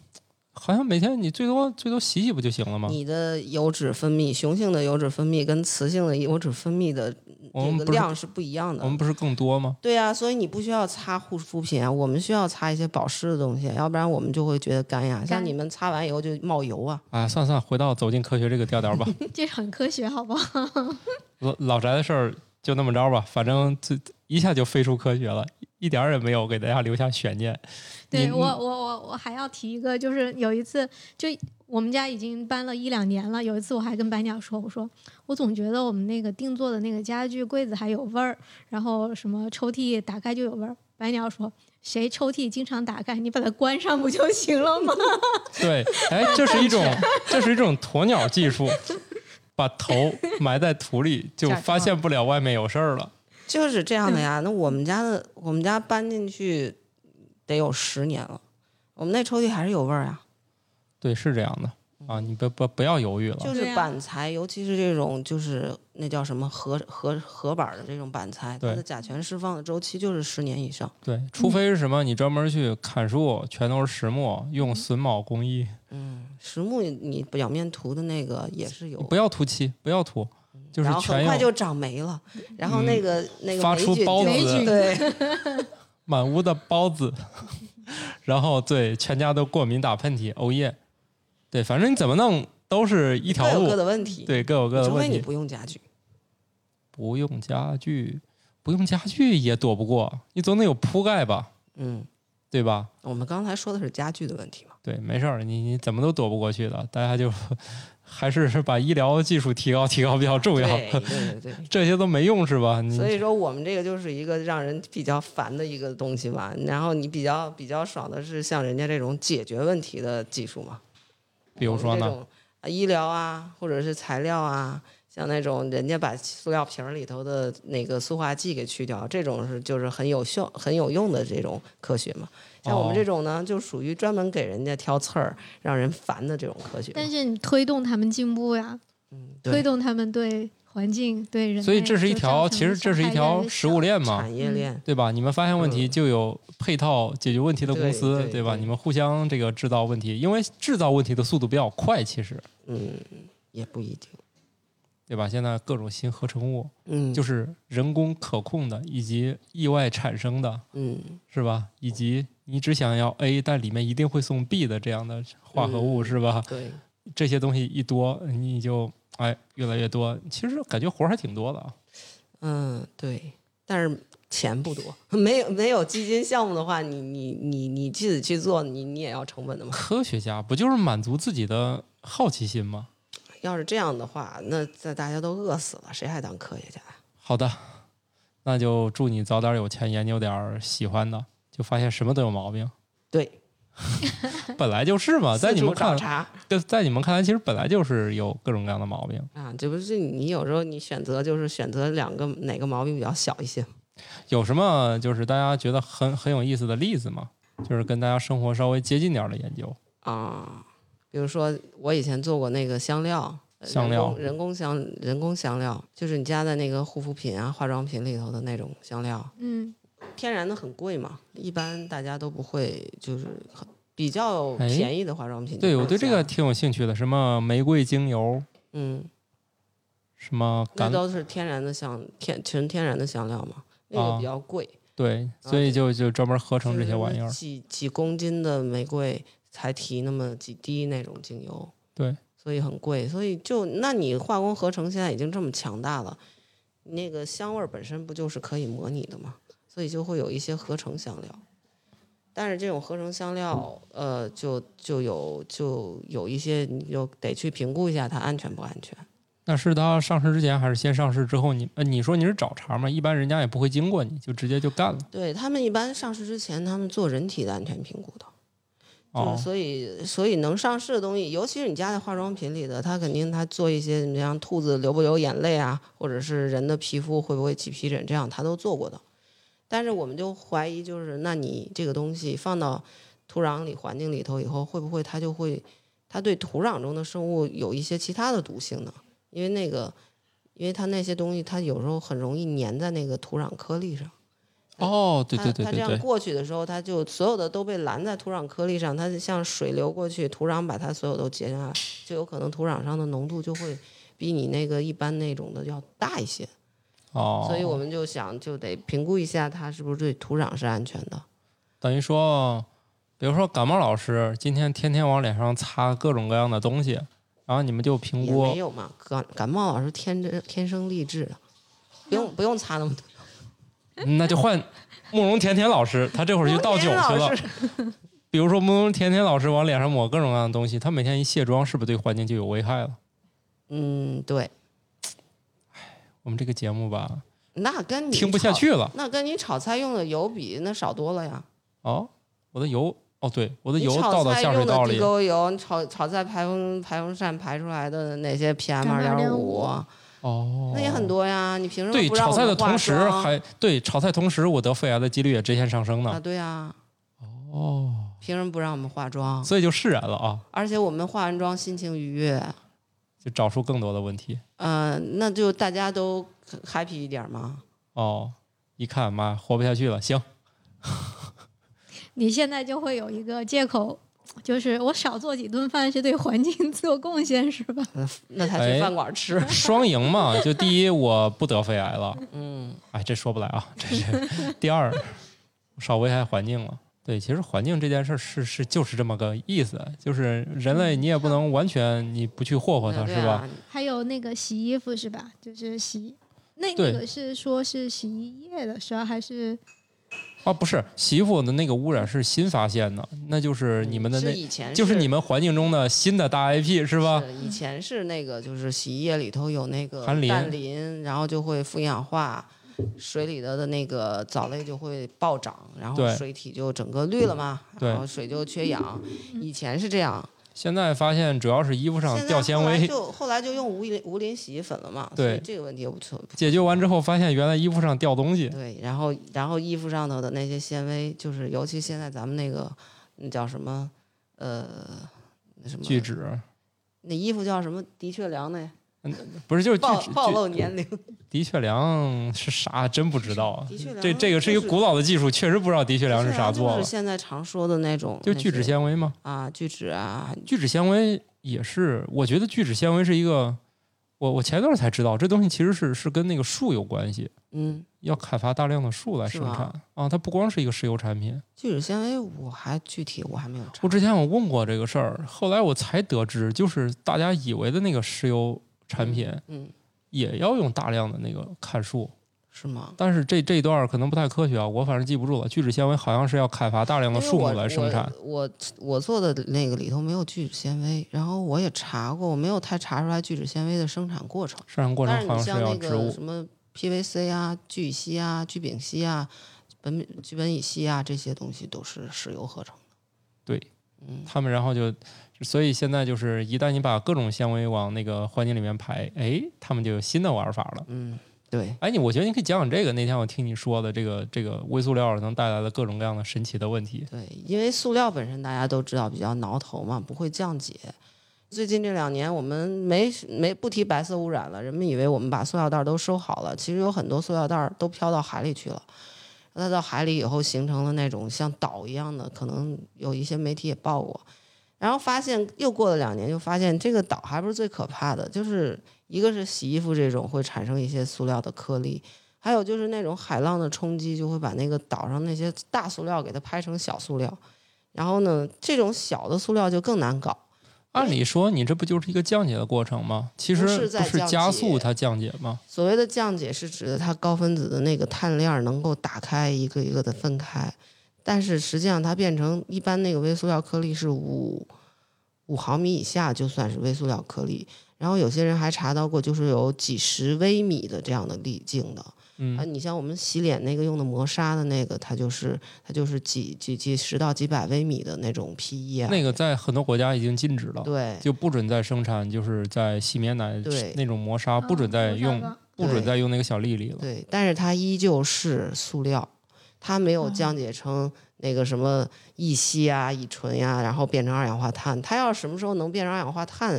D: 好像每天你最多最多洗洗不就行了吗？
A: 你的油脂分泌，雄性的油脂分泌跟雌性的油脂分泌的
D: 我
A: 这
D: 们
A: 个
D: 不是
A: 量是不一样的
D: 我。们不是更多吗？
A: 对啊，所以你不需要擦护肤品啊，我们需要擦一些保湿的东西，啊要不然我们就会觉得干呀。像
B: 干
A: 你们擦完以后就冒油啊，
D: 啊，算了算了，回到走进科学这个调调吧。
B: 这很科学，好不好？
D: 老老宅的事儿就那么着吧，反正这一下就飞出科学了，一点儿也没有给大家留下悬念。
B: 对
D: 你
B: 我，我我我还要提一个，就是有一次，就我们家已经搬了一两年了。有一次我还跟白鸟说，我说我总觉得我们那个定做的那个家具柜子还有味儿，然后什么抽屉打开就有味儿。白鸟说，谁抽屉经常打开，你把它关上不就行了吗？
D: 对， 哎，这是一种这是一种鸵鸟技术，把头埋在土里就
F: 假装
D: 发现不了外面有事儿了。
A: 就是这样的呀。那我们家的，我们家搬进去得有十年了，我们那抽屉还是有味儿啊。
D: 对，是这样的啊，你不不不要犹豫了。
A: 嗯就是
B: 对啊
A: 板材，尤其是这种就是那叫什么合合合板儿的这种板材，它
D: 对
A: 的甲醛释放的周期就是十年以上。
D: 对，除非是什么，你专门去砍树，全都是实木，用榫卯工艺，
A: 嗯，实木你表面涂的那个也是有，嗯
D: 不要涂漆，不要涂，就是
A: 然后
D: 全
A: 很快
D: 用
A: 就长霉了，然后那个、那个
D: 发
A: 霉
D: 出
A: 菌
D: 孢
A: 就
D: 子霉
A: 对，
D: 满屋的 包子，然后对全家都过敏打喷嚏，哦耶！对，反正你怎么弄都是一条
A: 各有
D: 路
A: 各，的问题。，
D: 对，各有各的
A: 除非
D: 问
A: 你
D: 题。
A: 不用家具，
D: 不用家具，不用家具也躲不过，你总得有铺盖吧，
A: 嗯，
D: 对吧？
A: 我们刚才说的是家具的问题嘛。
D: 对，没事儿，你你怎么都躲不过去的。大家就 还是把医疗技术提高提高比较重要，
A: 对对对对。
D: 这些都没用是吧？你
A: 所以说，我们这个就是一个让人比较烦的一个东西嘛。然后你比较比较爽的是像人家这种解决问题的技术嘛。
D: 比如说
A: 这
D: 呢，
A: 种呃医疗啊，或者是材料啊，像那种人家把塑料瓶儿里头的那个塑化剂给去掉，这种是就是很有效、很有用的这种科学嘛。像我们
D: 哦
A: 这种呢，就属于专门给人家挑刺儿、让人烦的这种科学嘛。
B: 但是你推动他们进步呀，
A: 嗯，
B: 推
A: 对，
B: 动他们对环境、对人类，
D: 所以这是一
B: 就
D: 条，
B: 造成
D: 其实
B: 的
D: 这
B: 伤
D: 是
B: 害越
D: 一
B: 来
D: 条
B: 越
D: 食
B: 小
D: 物链嘛。
A: 产业链。
D: 对吧？你们发现问题
A: 嗯
D: 就有配套解决问题的公司，
A: 对对
D: 吧？
A: 对
D: 你们互相这个制造问题，因为制造问题的速度比较快，其实
A: 嗯，也不一定。
D: 对吧？现在各种新合成物，
A: 嗯，
D: 就是是人工可控的，以及意外产生的，
A: 嗯，
D: 是吧？以及你只想要 A，但里面一定会送 B 的这样的化合物，
A: 嗯
D: 是吧？
A: 对，
D: 这些东西一多，你就哎越来越多。其实感觉活儿还挺多的啊。
A: 嗯对，但是。钱不多， 没有没有基金项目的话，你你你你自己去做，你你也要成本的嘛。
D: 科学家不就是满足自己的好奇心吗？
A: 要是这样的话，那在大家都饿死了，谁还当科学家呀？
D: 好的，那就祝你早点有钱，研究点儿喜欢的，就发现什么都有 毛病。
A: 对，
D: 本来就是嘛，啊在
A: 四
D: 你
A: 处
D: 们
A: 找
D: 看，
A: 茬
D: 对在你们看来，其实本来就是有各种各样的毛病。
A: 啊，这不是你有时候你选择就是选择两个哪个毛病比较小一些，
D: 有什么就是大家觉得很很有意思的例子吗？就是跟大家生活稍微接近点儿的研究。
A: 啊，比如说我以前做过那个香料，呃
D: 香
A: 人工
D: 料
A: 人工香人工香料，就是你加在那个护肤品啊、化妆品里头的那种香料，
B: 嗯，
A: 天然的很贵嘛，一般大家都不会就是很比较
D: 哎
A: 便宜的化妆品就会
D: 对
A: 加。
D: 我对这个挺有兴趣的，什么玫瑰精油，
A: 嗯，
D: 什么
A: 那
D: 橄
A: 都是天然的香天纯天然的香料嘛，那
D: 啊
A: 个比较贵。啊
D: 对，所以就就专门合成这些玩意儿
A: 就是。几几公斤的玫瑰才提那么几滴那种精油，
D: 对，
A: 所以很贵。所以就那你化工合成现在已经这么强大了，那个香味儿本身不就是可以模拟的吗？所以就会有一些合成香料。但是这种合成香料，呃，就就有就有一些，你就得去评估一下它安全不安全。
D: 那是它上市之前还是先上市之后？你呃，你说你是找茬嘛？一般人家也不会经过你，就直接就干了。
A: 对他们一般上市之前，他们做人体的安全评估的。就
D: 哦
A: 是，所以所以能上市的东西，尤其是你加在化妆品里的，它肯定它做一些你像兔子流不流眼泪啊，或者是人的皮肤会不会起皮疹，这样它都做过的。但是我们就怀疑，就是那你这个东西放到土壤里、环境里头以后，会不会它就会它对土壤中的生物有一些其他的毒性呢？因为那个因为它那些东西它有时候很容易粘在那个土壤颗粒上。
D: 哦，对对对
A: 它它这
D: 对
A: 样
D: 对，
A: 过去的时候，它就所有的都被拦在土壤颗粒上，它就像水流过去，土壤把它所有都截下来，就有可能土壤上的浓度就会比你那个一般那种的要大一些。
D: 哦，
A: 所以我们就想，就得评估一下它是不是对土壤是安全的。
D: 等于说，比如说感冒老师今天天天往脸上擦各种各样的东西，然后你们就评
A: 也没
D: 估
A: 有嘛，感感冒老师天真天生丽质的，不用不用擦那么多。
D: 嗯 那就换慕容甜甜老师，他这会儿去倒酒
A: 天
D: 去
A: 老
D: 了。
A: 师，
D: 比如说慕容甜甜老师往脸上抹各种各样的东西，他每天一卸妆，是不是对环境就有危害了？
A: 嗯，对，
D: 我们这个节目吧，
A: 那跟你
D: 听不下
A: 炒，
D: 去了。
A: 那跟你炒菜用的油比那少多了呀。
D: 哦，我的油，哦对，我的
A: 你
D: 油
A: 炒
D: 倒到
A: 菜
D: 下水
A: 用的
D: 道
A: 地
D: 里。
A: 沟油，你炒炒菜排风排风扇排出来的那些 PM 二点五，
B: 2.5
D: 哦，
A: 那也很多呀。你凭什么
D: 对，
A: 不让
D: 炒
A: 我
D: 菜的
A: 们化
D: 同时
A: 妆
D: 还对炒菜同时，我得肺癌的几率也直线上升
A: 啊？
D: 呢。
A: 对呀，
D: 哦，
A: 凭什么不让我们化妆？
D: 所以就释然了啊，
A: 而且我们化完妆心情愉悦，
D: 就找出更多的问题。
A: 嗯、那就大家都 happy 一点嘛。
D: 哦，一看妈活不下去了，行，
B: 你现在就会有一个借口，就是我少做几顿饭是对环境 做贡献，是吧？
A: 呃那才
D: 哎
A: 去饭馆吃。
D: 双赢嘛。就第一，我不得肺癌了，
A: 嗯，
D: 哎，这说不来啊，这是第二，少危害环境了。对，其实环境这件事儿是是就是这么个意思，就是人类你也不能完全你不去霍霍它，
A: 对
D: 是
A: 啊
D: 吧？？
B: 还有那个洗衣服是吧？就是洗那
D: 对
B: 那个是说是洗衣液的时候还是
D: 啊，不是，洗衣服的那个污染是新发现的，那就是你们的
A: 是
D: 那，
A: 以前
D: 就是你们环境中的新的大 IP 是吧？
A: 是以前是那个，就是洗衣液里头有那个
D: 含磷
A: 氮磷，然后就会负一氧化，水里头的那个藻类就会暴涨，然后
D: 对
A: 水体就整个绿了嘛，
D: 对
A: 然后水就缺氧。以前是这样，
D: 现在发现主要是衣服上
A: 现在
D: 掉纤
A: 后来
D: 维，
A: 就后来就用无磷无磷洗衣粉了嘛，所以
D: 对
A: 这个问题也不存
D: 解决完之后发现原来衣服上掉东西，
A: 对，然后然后衣服上头的那些纤维，就是尤其现在咱们那个那叫什么呃那什么
D: 聚酯
A: 那衣服叫什么的确良呢？
D: 不是就是聚
A: 暴
D: 酯
A: 暴
D: 聚
A: 露年龄。
D: 的确良是啥？真不知道啊
A: 的确。良
D: 这这个是一个
A: 就是
D: 古老的技术，确实不知道的确良
A: 是
D: 啥
A: 啊
D: 做
A: 就
D: 的
A: 是。现在常说的那种，
D: 就
A: 那
D: 聚酯
A: 些
D: 纤维嘛，
A: 啊，聚酯啊，
D: 聚酯纤维也是，我觉得聚酯纤维是一个，我我前一段才知道，这东西其实是是跟那个树有关系，
A: 嗯，
D: 要开发大量的树来
A: 是
D: 生
A: 吗
D: 产啊。它不光是一个石油产品，
A: 聚酯纤维我还具体我还没有查
D: 我之前我问过这个事儿，后来我才得知，就是大家以为的那个石油产品
A: 嗯，
D: 也要用大量的那个砍树，
A: 是吗？
D: 但是这这一段儿可能不太科学啊，我反正记不住了。聚酯纤维好像是要开发大量
A: 因
D: 的
A: 为
D: 树木
A: 我
D: 来生产，
A: 我我我做的那个里头没有聚酯纤维，然后我也查过，我没有太查出来聚酯纤维的生产过程。
D: 生产过
A: 但是
D: 程好
A: 你像
D: 像是要
A: 那
D: 植
A: 个
D: 物
A: 什么 PVC 啊、聚乙烯啊、聚丙烯啊、苯聚苯乙烯啊这些东西都是石油合成的。
D: 对，
A: 嗯，
D: 他们然后就，所以现在就是一旦你把各种纤维往那个环境里面排，哎，他们就有新的玩法了。
A: 嗯，对，
D: 哎，你我觉得你可以讲讲这个，那天我听你说的这个这个微塑料能带来的各种各样的神奇的问题。
A: 对，因为塑料本身大家都知道比较挠头嘛，不会降解。最近这两年，我们没没不提白色污染了，人们以为我们把塑料袋儿都收好了，其实有很多塑料袋儿都飘到海里去了。它到海里以后形成了那种像岛一样的，可能有一些媒体也报过。然后发现又过了两年，就发现这个岛还不是最可怕的，就是一个是洗衣服这种会产生一些塑料的颗粒，还有就是那种海浪的冲击，就会把那个岛上那些大塑料给它拍成小塑料，然后呢，这种小的塑料就更难搞。
D: 按理说，你这不就是一个降解的过程吗？其实
A: 不是在
D: 不是
A: 降
D: 加
A: 解
D: 速它降解吗？
A: 所谓的降解是指的它高分子的那个碳链儿能够打开一个一个的分开，但是实际上它变成一般那个微塑料颗粒是五五毫米以下就算是微塑料颗粒，然后有些人还查到过就是有几十微米的这样的粒径的，啊，
D: 嗯，
A: 你像我们洗脸那个用的磨砂的那个，它就是它就是几几几十到几百微米的那种 PE 啊，
D: 那个在很多国家已经禁止了。
A: 对
D: 就不准再生产，就是在洗面奶
A: 对
D: 那种嗯磨砂，不准再用，不准再用那个小粒粒了。
A: 对，但是它依旧是塑料，它没有降解成那个什么乙烯啊、乙醇呀、然后变成二氧化碳。它要什么时候能变成二氧化碳？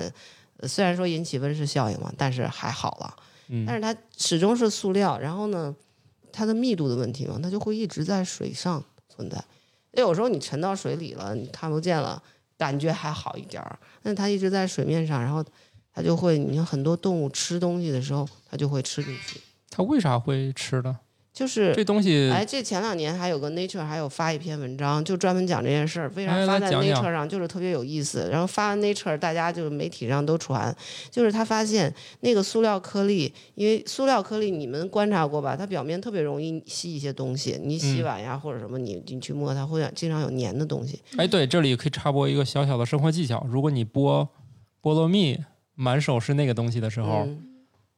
A: 呃虽然说引起温室效应嘛，但是还好了。
D: 嗯
A: 但是它始终是塑料，然后呢，它的密度的问题嘛，它就会一直在水上存在。那有时候你沉到水里了，你看不见了，感觉还好一点儿。那它一直在水面上，然后它就会，你看很多动物吃东西的时候，它就会吃进去。
D: 它为啥会吃呢？
A: 就是
D: 这东西
A: 哎，这前两年还有个 Nature 还有发一篇文章，就专门讲这件事儿，为啥
D: 哎
A: 发
D: 来
A: 在
D: 讲
A: Nature
D: 讲
A: 上就是特别有意思。然后发完 Nature，大家就是媒体上都传，就是他发现那个塑料颗粒，因为塑料颗粒你们观察过吧，它表面特别容易吸一些东西，你洗
D: 嗯
A: 碗呀、或者什么，你你去摸它，会经常有粘的东西。
D: 哎，对，这里可以插播一个小小的生活技巧。如果你剥菠萝蜜，满手是那个东西的时候，
A: 嗯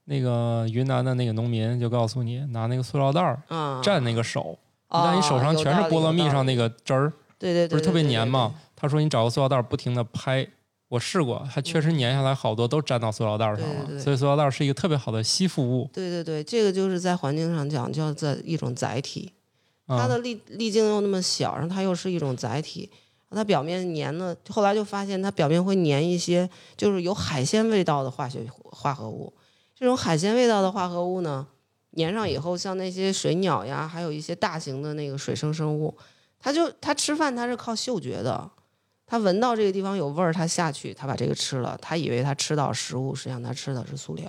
D: 那个云南的那个农民就告诉你，拿那个塑料袋儿
A: 啊，
D: 蘸那个手，
A: 哦，
D: 你看你手上
A: 有
D: 全是
A: 道理
D: 菠萝蜜，
A: 有道
D: 上
A: 理
D: 那个汁儿，
A: 对对对，
D: 不是特
A: 对
D: 别粘吗？？他说你找个塑料袋儿不停的拍，我试过，还确实粘下来好多都粘到塑料袋儿上
A: 对对
D: 了。
A: 嗯对
D: 所以塑料袋儿是一个特别好的吸附物。
A: 对对对对对，这个就是在环境上讲叫做一种载体。它
D: 啊、
A: 的粒粒径又那么小，然后它又是一种载体，它表面粘了，后来就发现它表面会粘一些就是有海鲜味道的化学化合物。这种海鲜味道的化合物呢，粘上以后，像那些水鸟呀，还有一些大型的那个水生生物，它就它吃饭它是靠嗅觉的，它闻到这个地方有味儿，它下去，它把这个吃了，它以为它吃到食物，实际上它吃的是塑料。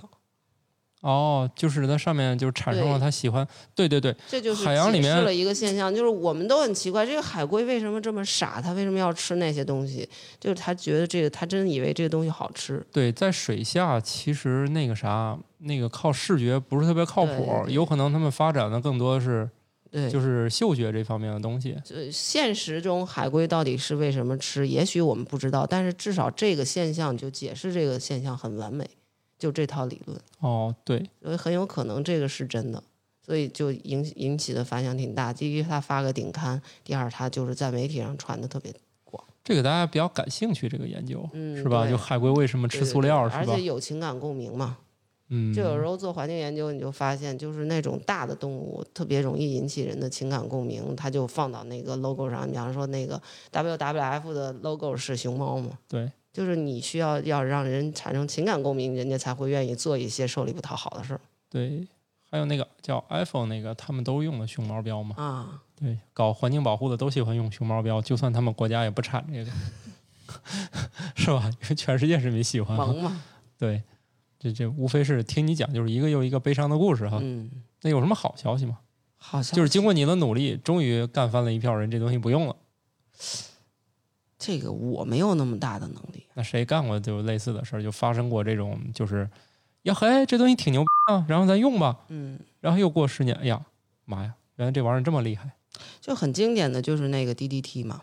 D: 哦，就是它上面就产生了
A: 对
D: 它喜欢，对对对，
A: 这就是
D: 海洋里面
A: 解释了一个现象，就是我们都很奇怪，这个海龟为什么这么傻？它为什么要吃那些东西？就是它觉得这个，它真以为这个东西好吃。
D: 对，在水下其实那个啥，那个靠视觉不是特别靠谱，
A: 对对对
D: 有可能他们发展的更多是
A: 对，
D: 就是嗅觉这方面的东西。
A: 呃现实中海龟到底是为什么吃？也许我们不知道，但是至少这个现象就解释这个现象很完美，就这套理论，
D: 哦，对，
A: 所以很有可能这个是真的。所以就引引起的反响挺大。第一，它发个顶刊；第二，它就是在媒体上传的特别，
D: 这个大家比较感兴趣，这个研究、
A: 嗯，
D: 是吧？
A: 对
D: 就海龟为什么
A: 对
D: 吃
A: 对
D: 塑
A: 对
D: 料
A: 而
D: 是吧
A: 且？有情感共鸣嘛。
D: 嗯，
A: 就有时候做环境研究，你就发现，就是那种大的动物特别容易引起人的情感共鸣，它就放到那个 logo 上。比方说，那个 WWF 的 logo 是熊猫嘛，
D: 对，
A: 就是你需要要让人产生情感共鸣，人家才会愿意做一些受力不讨好的事儿
D: 对，还有那个叫 iPhone 那个，他们都用的熊猫标嘛。
A: 啊。
D: 对，搞环境保护的都喜欢用熊猫标，就算他们国家也不产这个， 是吧？因为全世界人民喜欢嘛。
A: 啊萌嘛，
D: 对，这这无非是听你讲，就是一个又一个悲伤的故事哈。
A: 嗯，
D: 那有什么好消息吗？
A: 好像
D: 就是经过你的努力，终于干翻了一票人，这东西不用了。
A: 这个我没有那么大的能力。
D: 那谁干过就类似的事儿？就发生过这种，就是呀嘿，这东西挺牛逼啊，然后咱用吧，
A: 嗯，
D: 然后又过十年，哎呀妈呀，原来这玩意儿这么厉害。
A: 就很经典的就是那个 DDT 嘛，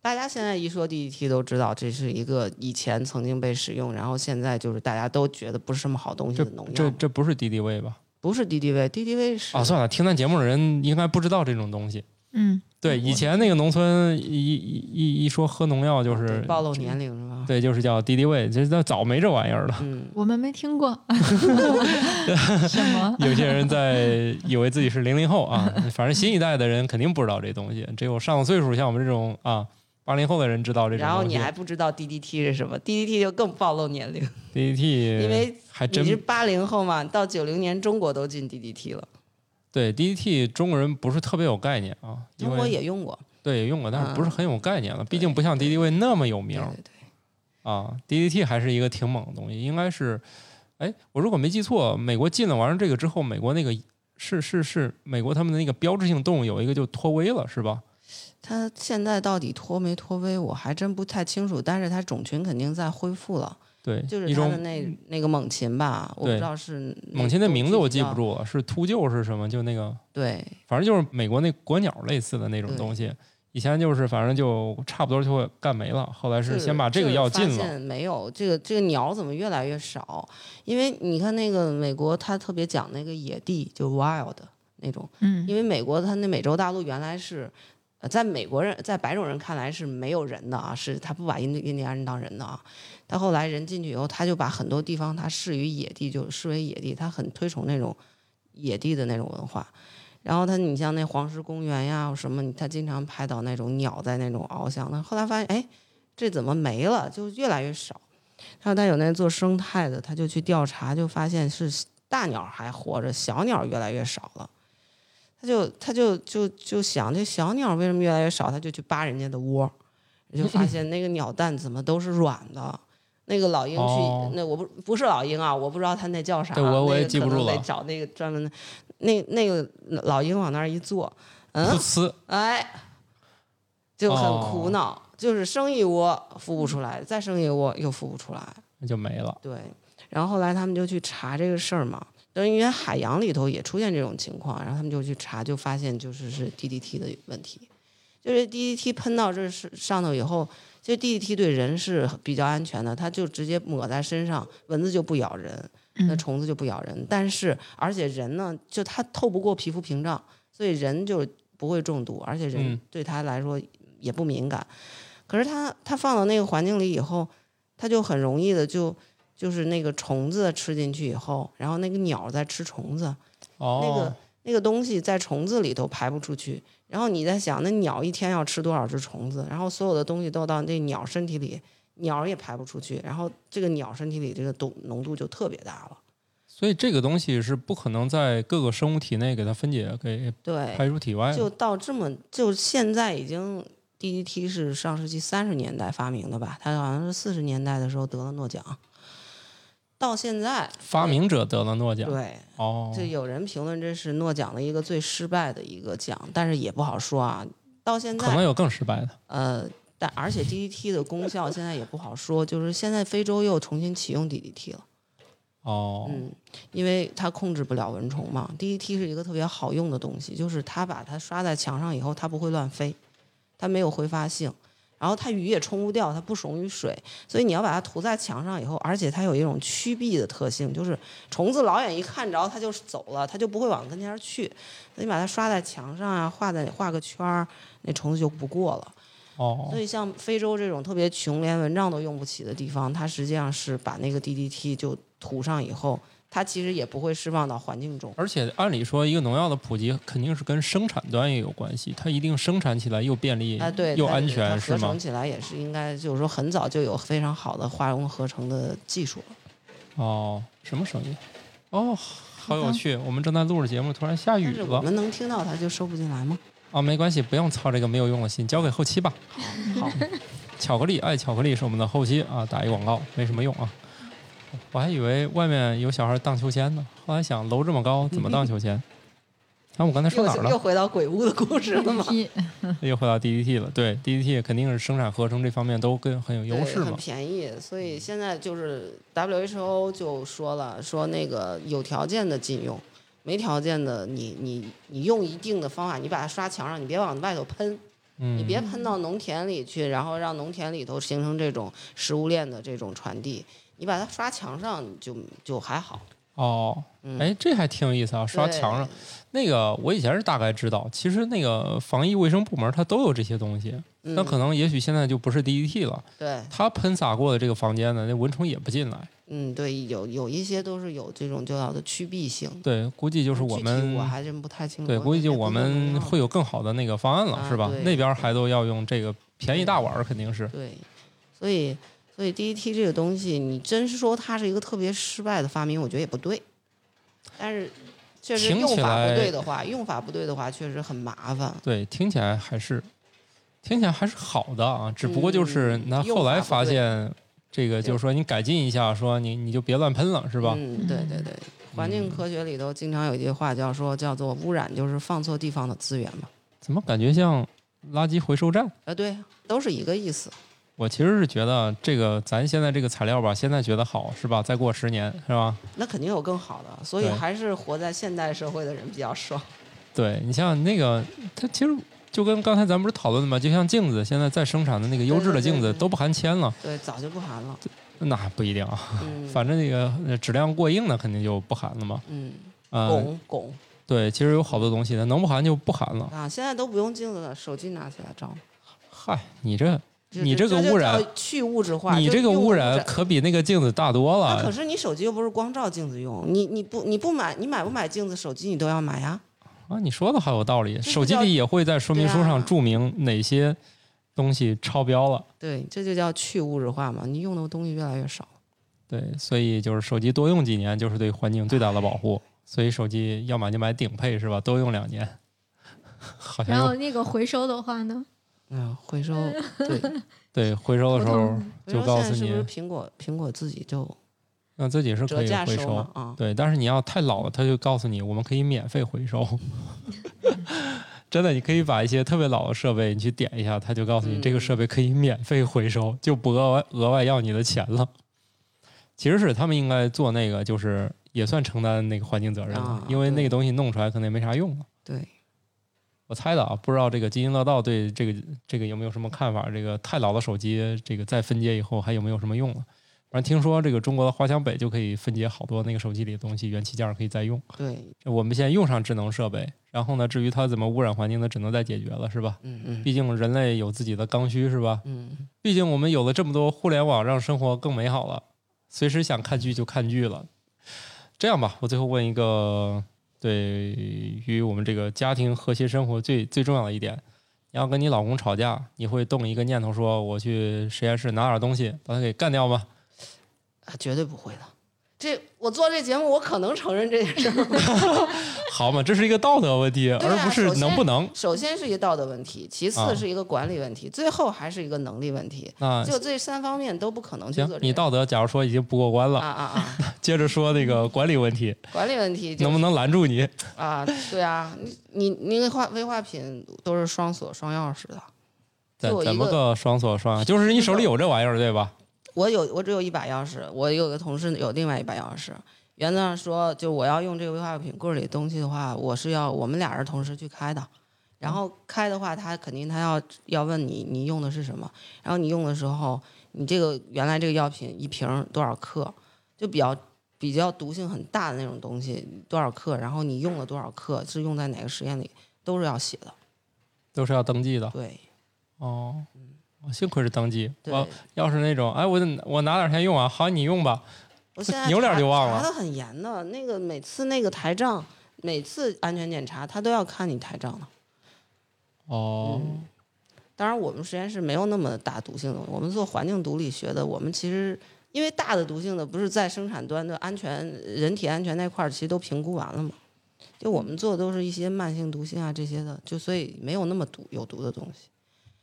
A: 大家现在一说 DDT 都知道这是一个以前曾经被使用，然后现在就是大家都觉得不是什么好东西
D: 这
A: 的农药
D: 这
A: 嘛，
D: 这不是敌敌畏吧？
A: 不是 DDV，DDV 是
D: 啊，算了，听咱节目的人应该不知道这种东西。
F: 嗯，
D: 对，以前那个农村一一一一说喝农药就
A: 哦对
D: 是
A: 暴露年龄是吧？
D: 对，就是叫敌敌畏，这那早没这玩意儿了。
A: 嗯，
C: 我们没听 过什 么
D: 有些人在以为自己是零零后啊， 反正新一代的人肯定不知道这东西，只有上了岁数像我们这种啊八零后的人知道这种
A: 然后
D: 东
A: 你
D: 西。
A: 还不知道 DDT 是什么，DDT 就更暴露年龄，
D: DDT，
A: 因为
D: 还
A: 你是
D: 真
A: 八零后嘛，到九零年中国都进 DDT 了，
D: 对 DDT 中国人不是特别有概念啊，因
A: 中国
D: 为
A: 也用过，
D: 对也用过，但是不是
A: 嗯
D: 很有概念了，毕
A: 对
D: 竟不像敌敌畏那么有
A: 对
D: 名。
A: 对对，
D: 啊，DDT 还是一个挺猛的东西，应该是，哎，我如果没记错，美国进了完了这个之后，美国那个是是是美国他们的那个标志性动物有一个就脱危了，是吧？
A: 它现在到底脱没脱危，我还真不太清楚，但是它种群肯定在恢复了，
D: 对，
A: 就是
D: 一
A: 它的
D: 种
A: 那那个猛禽吧，我不
D: 对
A: 知道是
D: 猛禽的名字我记不，
A: 哪种具体
D: 住了，是秃鹫是什么？就那个，
A: 叫对，
D: 反正就是美国那国鸟类似的那种
A: 对
D: 东西。以前就是反正就差不多就会干没了，后来是
A: 就是
D: 先把这个
A: 就是
D: 药
A: 发
D: 禁了，
A: 现没有这个这个鸟怎么越来越少？因为你看那个美国，它特别讲那个野地，就 wild 那种。
F: 嗯
A: 因为美国它那美洲大陆原来是，呃，在美国人在白种人看来是没有人的啊，是他不把印印第安人当人的啊。他后来人进去以后，他就把很多地方他视于野地，就视为野地，他很推崇那种野地的那种文化。然后他，你像那黄石公园呀什么，他经常拍到那种鸟在那种翱翔的。后来发现，哎，这怎么没了？就越来越少。然后他有那做生态的，他就去调查，就发现是大鸟还活着，小鸟越来越少了。他就他就就就想这小鸟为什么越来越少？他就去扒人家的窝，就发现那个鸟蛋怎么都是软的。那个老鹰去，
D: 哦
A: 那我不不是老鹰啊，我不知道它那叫啥，
D: 对我我
A: 那
D: 也
A: 个
D: 记不
A: 可能
D: 住了
A: 得找那个专门的，那那个老鹰往那儿一 坐，嗯
D: 不，呲，
A: 哎，就很苦
D: 哦
A: 恼，就是生一窝孵不出来，再生一窝又孵不出来，
D: 那就没了。
A: 对，然后后来他们就去查这个事儿嘛，等于原海洋里头也出现这种情况，然后他们就去查，就发现就是是 DDT 的问题，就是 DDT 喷到这是上头以后，其实 DDT 对人是比较安全的，它就直接抹在身上，蚊子就不咬人，那
F: 嗯
A: 虫子就不咬人。但是而且人呢，就它透不过皮肤屏障，所以人就不会中毒，而且人
D: 嗯
A: 对它来说也不敏感。可是它它放到那个环境里以后，它就很容易的就就是那个虫子吃进去以后，然后那个鸟在吃虫子，那个
D: 哦，
A: 那个东西在虫子里头排不出去。然后你在想，那鸟一天要吃多少只虫子？然后所有的东西都到那鸟身体里，鸟也排不出去。然后这个鸟身体里这个浓浓度就特别大了。
D: 所以这个东西是不可能在各个生物体内给它分解，给
A: 对，
D: 排出体外
A: 就
D: 的。
A: 到这么，就现在已经 DDT 是上世纪三十年代发明的吧？它好像是四十年代的时候得了诺奖，到现在
D: 发明者得了诺奖。
A: 对，
D: 哦，
A: 就有人评论这是诺奖的一个最失败的一个奖，但是也不好说啊。到现
D: 可能
A: 在，
D: 有更失败的。
A: 呃，但而且 DDT 的功效现在也不好说，就是现在非洲又重新启用 DDT 了。
D: 哦，
A: 嗯，因为它控制不了蚊虫嘛。DDT 是一个特别好用的东西，就是它把它刷在墙上以后，它不会乱飞，它没有挥发性，然后它雨也冲不掉，它不溶于水，所以你要把它涂在墙上以后，而且它有一种驱避的特性，就是虫子老远一看着它就走了，它就不会往跟前儿去。所以你把它刷在墙上啊，画在画个圈儿，那虫子就不过了。
D: 哦
A: 所，以像非洲这种特别穷，连蚊帐都用不起的地方，它实际上是把那个 DDT 就涂上以后，它其实也不会释放到环境中。
D: 而且按理说，一个农药的普及肯定是跟生产端也有关系，它一定生产起来又便利、
A: 啊，对，
D: 又
A: 它
D: 安
A: 它
D: 全，是
A: 合
D: 吗
A: 成？起来也是应该，就是说很早就有非常好的化工合成的技术了。
D: 哦，什么声音？哦，好有趣！我们正在录着节目，突然下雨
A: 但是我
D: 了
A: 们能听到它就收不进来吗？
D: 啊，没关系，不用操这个没有用的心，交给后期吧。
A: 好，
D: 巧克力爱巧克力是我们的后期啊，打一广告没什么用啊。我还以为外面有小孩荡秋千呢，后来想楼这么高怎么荡 秋千？啊，我刚才说哪儿
A: 又又
D: 了？
A: 回到鬼屋的故事了吗？
F: P
D: 又回到 DDT 了。对，DDT 肯定是生产合成这方面都跟很有优
A: 对
D: 势
A: 很
D: 嘛。
A: 便宜，所以现在就是 WHO 就说了，说那个有条件的禁用，没条件的你你你用一定的方法，你把它刷墙上，你别往外头喷，
D: 嗯，
A: 你别喷到农田里去，然后让农田里头形成这种食物链的这种传递，你把它刷墙上就就还好。
D: 哦，
A: 嗯，
D: 哎，这还挺有意思啊，刷墙上。那个我以前是大概知道，其实那个防疫卫生部门它都有这些东西，
A: 对，
D: 那
A: 嗯、
D: 可能也许现在就不是 DDT 了，
A: 对，
D: 它喷洒过的这个房间呢，那蚊虫也不进来。
A: 嗯对，有有一些都是有这种叫它的驱避性。
D: 对，估计就是我
A: 具体
D: 们
A: 我还真不太清楚。
D: 对，估计就
A: 也不
D: 我
A: 懂农
D: 们
A: 药
D: 会有更好的那个方案了，
A: 啊
D: 是吧
A: 对？
D: 那边还都要用这个便宜大碗儿，肯定是
A: 对，所以所以 DDT 这个东西，你真是说它是一个特别失败的发明，我觉得也不对。但是确实
D: 听
A: 用
D: 起
A: 法不
D: 来
A: 对的话，用法不对的话，确实很麻烦。
D: 对，听起来还是听起来还是好的啊，只不过就是
A: 嗯
D: 那
A: 用
D: 后来
A: 法不
D: 发
A: 对
D: 现这个，就是说你改进一下，说你你就别乱喷了，是吧？
A: 嗯，对对对，环境
D: 嗯
A: 科学里头经常有一句话叫说叫做污染就是放错地方的资源嘛。
D: 怎么感觉像垃圾回收站？
A: 啊，对，都是一个意思。
D: 我其实是觉得这个咱现在这个材料吧，现在觉得好是吧？再过十年是吧？
A: 那肯定有更好的，所以
D: 对
A: 还是活在现代社会的人比较爽。
D: 对你像那个，它其实就跟刚才咱们不是讨论的嘛，就像镜子，现在再生产的那个优质的镜
A: 对对
D: 子
A: 对对
D: 都不含铅了，
A: 对，早就不含了。
D: 那不一定啊。
A: 嗯，
D: 反正那个呃质量过硬的肯定就不含了嘛。
A: 嗯，
D: 呃，
A: 拱拱
D: 对，其实有好多东西呢，能不含就不含了。
A: 啊，现在都不用镜子了，手机拿起来照。
D: 嗨，你这
A: 就
D: 你
A: 就
D: 这个
A: 就
D: 污染
A: 叫去物质化，
D: 你
A: 就
D: 这个
A: 用
D: 污染可比那个镜子大多
A: 那可
D: 了。
A: 是你手机又不是光照镜子用，你你不你不买，你买不买镜子，手机你都要买呀。
D: 啊，你说的好有道理。
A: 不
D: 手机
A: 叫
D: 里也会在说明书
A: 对啊
D: 上注明哪些东西超标了。
A: 对，这就叫去物质化嘛，你用的东西越来越少。
D: 对，所以就是手机多用几年就是对环境最大的保护。所以手机要买就买顶配是吧？多用两年， 好像
B: 然后
D: 又
B: 那个回收的话呢，
A: 嗯，回收对，
D: 对回收的时
B: 头
D: 候
B: 痛
A: 回
D: 就
A: 收
D: 告
A: 现
D: 诉
A: 在是不是苹
D: 你，
A: 果苹果自己就
D: 那自己是可
A: 折
D: 以
A: 价
D: 回
A: 收
D: 收
A: 嘛，啊？
D: 对，但是你要太老了，他就告诉你我们可以免费 回收。真的，你可以把一些特别老的设备，你去点一下，他就告诉你、这个
A: 嗯
D: 设备可以免费回收，就不额外额外要你的钱了。其实是他们应该做那个，就是也算承担那个环境责任了，
A: 啊
D: 因为那
A: 对
D: 个东西弄出来可能也没啥用了。
A: 对，
D: 我猜的啊，不知道这个津津乐道对这个这个有没有什么看法？这个太老的手机，这个再分解以后还有没有什么用了？反正听说这个中国的华强北就可以分解好多那个手机里的东西，元器件儿可以再用。
A: 对，
D: 我们先用上智能设备，然后呢，至于它怎么污染环境呢，只能再解决了，是吧？
A: 嗯嗯
D: 毕竟人类有自己的刚需，是吧？
A: 嗯，
D: 毕竟我们有了这么多互联网，让生活更美好了，随时想看剧就看剧了。这样吧，我最后问一个对于我们这个家庭和谐生活最最重要的一点：你要跟你老公吵架，你会动一个念头说我去实验室拿点东西把他给干掉吗？
A: 啊，绝对不会的。这我做这节目，我可能承认这件事儿吗。
D: 好嘛，这是一个道德问题，
A: 啊
D: 而不
A: 首
D: 是
A: 先
D: 能不能。
A: 首先是一个道德问题，其
D: 啊
A: 次是一个管理问题，最后还是一个能力问题。
D: 那
A: 就这三方面都不可能去做
D: 啊行
A: 这，件
D: 你
A: 事
D: 道德假如说已经不过关了，
A: 啊啊啊！
D: 接着说那个管理问题，
A: 管理问嗯题就
D: 能不能拦住你？
A: 啊，对啊，你你你那个化危化品都是双锁双钥匙的，
D: 怎
A: 就我一
D: 怎么
A: 个
D: 个双锁双啊？就是你手里有这玩意儿对吧？
A: 我有我只有一把钥匙，我有个同事有另外一把钥匙。原则上说，就我要用这个危化品柜里东西的话，我是要我们俩人同时去开的。然后开的话，他肯定他要要问你你用的是什么，然后你用的时候，你这个原来这个药品一瓶儿多少克，就比较比较毒性很大的那种东西多少克，然后你用了多少克是用在哪个实验里都是要写的。
D: 都是要登记的
A: 对
D: 哦。幸亏是登记，
A: 嗯对，
D: 我要是那种，哎，我得我拿点钱用啊，好，你用吧。
A: 我现在
D: 扭脸
A: 查
D: 就忘了
A: 查的很严的。那个每次那个台账，每次安全检查他都要看你台账的。
D: 哦，
A: 嗯，当然我们实验室没有那么大毒性的，我们做环境毒理学的，我们其实因为大的毒性的不是在生产端的安全、人体安全那块儿，其实都评估完了嘛。就我们做的都是一些慢性毒性啊这些的，就所以没有那么毒有毒的东西。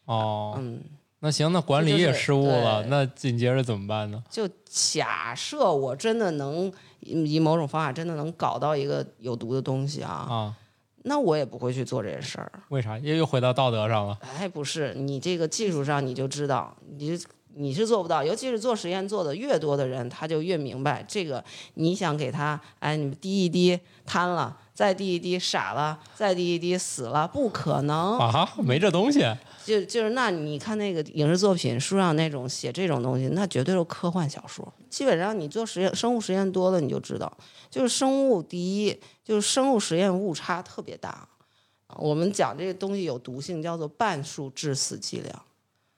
D: 哦，
A: 嗯，
D: 那行，那管理
A: 这就
D: 也
A: 是
D: 失误了，
A: 对
D: 那紧接着怎么办呢？
A: 就假设我真的能以以某种方法真的能搞到一个有毒的东西啊，
D: 啊，
A: 那我也不会去做这些事儿。
D: 为啥？又又回到道德上了。
A: 哎，不是，你这个技术上你就知道，你你是做不到，尤其是做实验做的越多的人，他就越明白这个。你想给他，哎，你滴一滴贪了，再滴一滴傻了，再滴一滴死了，不可能。
D: 啊哈，没这东西，
A: 就就是那你看那个影视作品书上那种写这种东西，那绝对是科幻小说。基本上你做实验，生物实验多了你就知道，就是生物第一，就是生物实验误差特别大。我们讲这个东西有毒性，叫做半数致死剂量。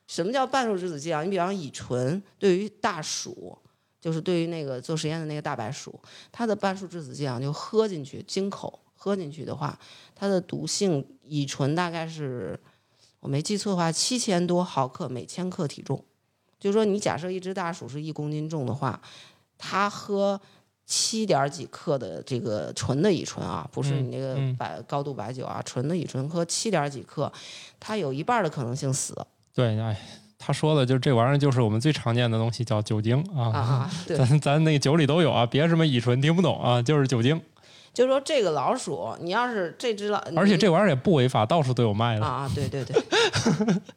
A: 什么叫半数致死剂量？你比方乙醇对于大鼠，就是对于那个做实验的那个大白鼠，它的半数致死剂量就喝进去，经口喝进去的话，它的毒性乙醇大概是我没记错的话，七千多毫克每千克体重。就是说，你假设一只大鼠是一公斤重的话，它喝七点几克的这个纯的乙醇啊，不是
D: 嗯
A: 你那个
D: 嗯
A: 白、高度白酒啊，纯的乙醇喝七点几克，它有一半的可能性死
D: 对，哎，他说的就是这玩意儿，就是我们最常见的东西，叫酒精
A: 啊
D: 啊。
A: 啊！对，
D: 咱咱那个酒里都有啊，别什么乙醇听不懂啊，就是酒精。
A: 就是说这个老鼠，你要是这只老，
D: 而且这
A: 你
D: 玩意儿也不违法，到处都有卖的。
A: 啊啊，对对 对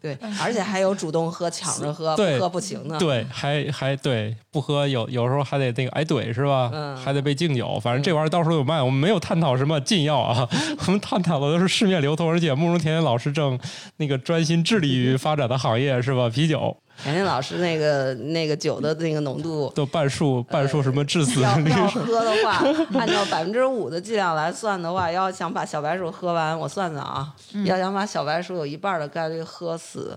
A: 对，而且还有主动喝、抢着喝、不
D: 对
A: 喝不行 的。
D: 对，还还对，不喝有有时候还得那个挨怼是吧？
A: 嗯
D: 还得被敬酒，反正这玩意儿到处都有卖。我们没有探讨什么禁药啊， 我们探讨的都是市面流通，而且慕容甜甜老师正那个专心致力于发展的行业是吧？啤酒，
A: 田健老师那个那个酒的那个浓度
D: 都半数半数什么致死
A: 要
D: 那
A: 要
D: 个事儿
A: 喝的话，按照百分之五的剂量来算的话，要想把小白鼠喝完，我算算啊，
D: 嗯
A: 要想把小白鼠有一半的概率喝死。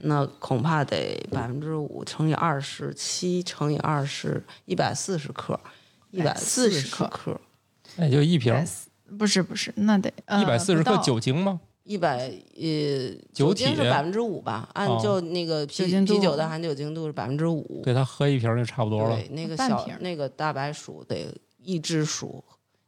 A: 那恐怕得百分之五乘以二十七乘以二十，一百四十克，一百四
F: 140
A: 十
F: 克
A: 克，
D: 哎也就一瓶
F: 呃不是不是，那得
D: 一百四十克，酒精吗？
A: 一百呃
D: 酒体
A: 精是百分之五吧，按
D: 哦
A: 就那个啤
F: 酒精度
A: 啤酒的含酒精度是百分之五，
D: 对他喝一瓶就差不多了
A: 对，，那个
F: 半
A: 小
F: 瓶儿
A: 那个大白鼠得一只鼠，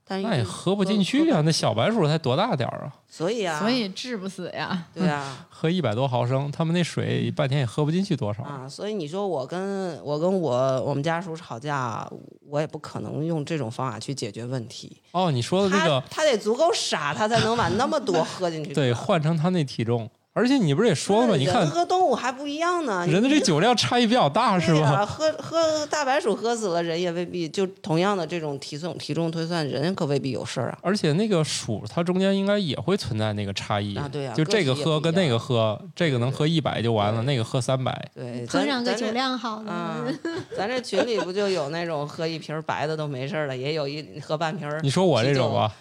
A: 但是
D: 那也
A: 一
D: 喝不进去啊。那小白鼠才多大点儿啊，
A: 所以啊，
F: 所以治不死呀。
A: 对
D: 嗯
A: 啊。
D: 喝一百多毫升，他们那水半天也喝不进去多少。
A: 啊，所以你说我跟我跟我我们家属吵架，我也不可能用这种方法去解决问题。
D: 哦，你说的这
A: 他
D: 个
A: 他得足够傻，他才能把那么多喝 进去。
D: 对，换成他那体重，而且你不是也说了吗？你看
A: 人和动物还不一样呢，
D: 人的这酒量差异比较大是
A: 对
D: 吧？
A: 呀喝喝大白鼠喝死了，人也未必就同样的这种体重体重推算，人可未必有事儿啊。
D: 而且那个鼠，它中间应该也会存在那个差异
A: 啊对啊
D: 就
A: 个
D: 这
A: 体
D: 个
A: 也不
D: 喝
A: 一
D: 跟那
A: 样
D: 个喝，这个能喝一百就完了，
A: 对
D: 那个喝三百。
A: 对，
B: 碰
A: 哎咱
B: 上个
A: 咱这
B: 酒量好的
A: 啊
B: 人，，
A: 咱这群里不就有那种喝一瓶白的都没事儿的，也有一喝半瓶儿
D: 你说我这种
A: 啤酒
D: 吧，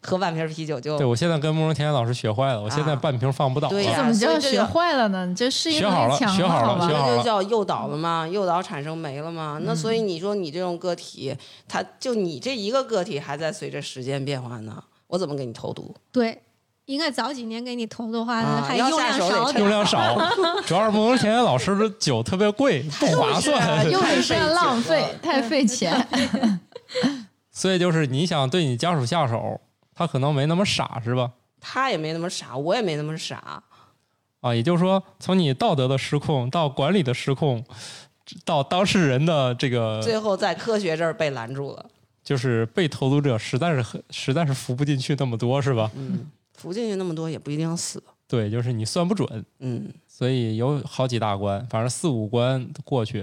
A: 喝半瓶儿啤酒就
D: 对我现在跟慕容甜甜老师学坏了，我现在
A: 啊
D: 半瓶放不倒
A: 对
D: 了。
A: 呀
F: 怎么
A: 所
F: 叫
A: 以这
F: 学
A: 个
F: 坏了呢？你这适应
D: 学
F: 能
D: 好
F: 力
D: 了
F: 强
D: 学好
F: 好
D: 了
F: 吧
D: 学好
A: 那就叫诱导了嗯嘛，诱导产生酶了嘛。那所以你说你这种个体，它就你这一个个体还在随着时间变化呢，我怎么给你投毒？
B: 对，应该早几年给你投的话，
A: 啊
B: 还
A: 要
B: 用
A: 下
B: 量
A: 手得
B: 少
D: 用
B: 点。
D: 量少，主要是慕容甜甜老师的酒特别贵，不划
A: 就是啊
D: 算。
F: 又
A: 太费
F: 是这样
A: 劲
F: 浪
A: 了
F: 费，太费钱。
D: 所以就是你想对你家属下手，他可能没那么傻是吧？
A: 他也没那么傻，我也没那么傻。
D: 啊，也就是说，从你道德的失控到管理的失控，到当事人的这个
A: 最后在科学这儿被拦住了，
D: 就是被投毒者实在是很实在是服不进去那么多，是吧？
A: 嗯，服进去那么多也不一定死，
D: 对，就是你算不准，
A: 嗯，
D: 所以有好几大关，反正四五关过去，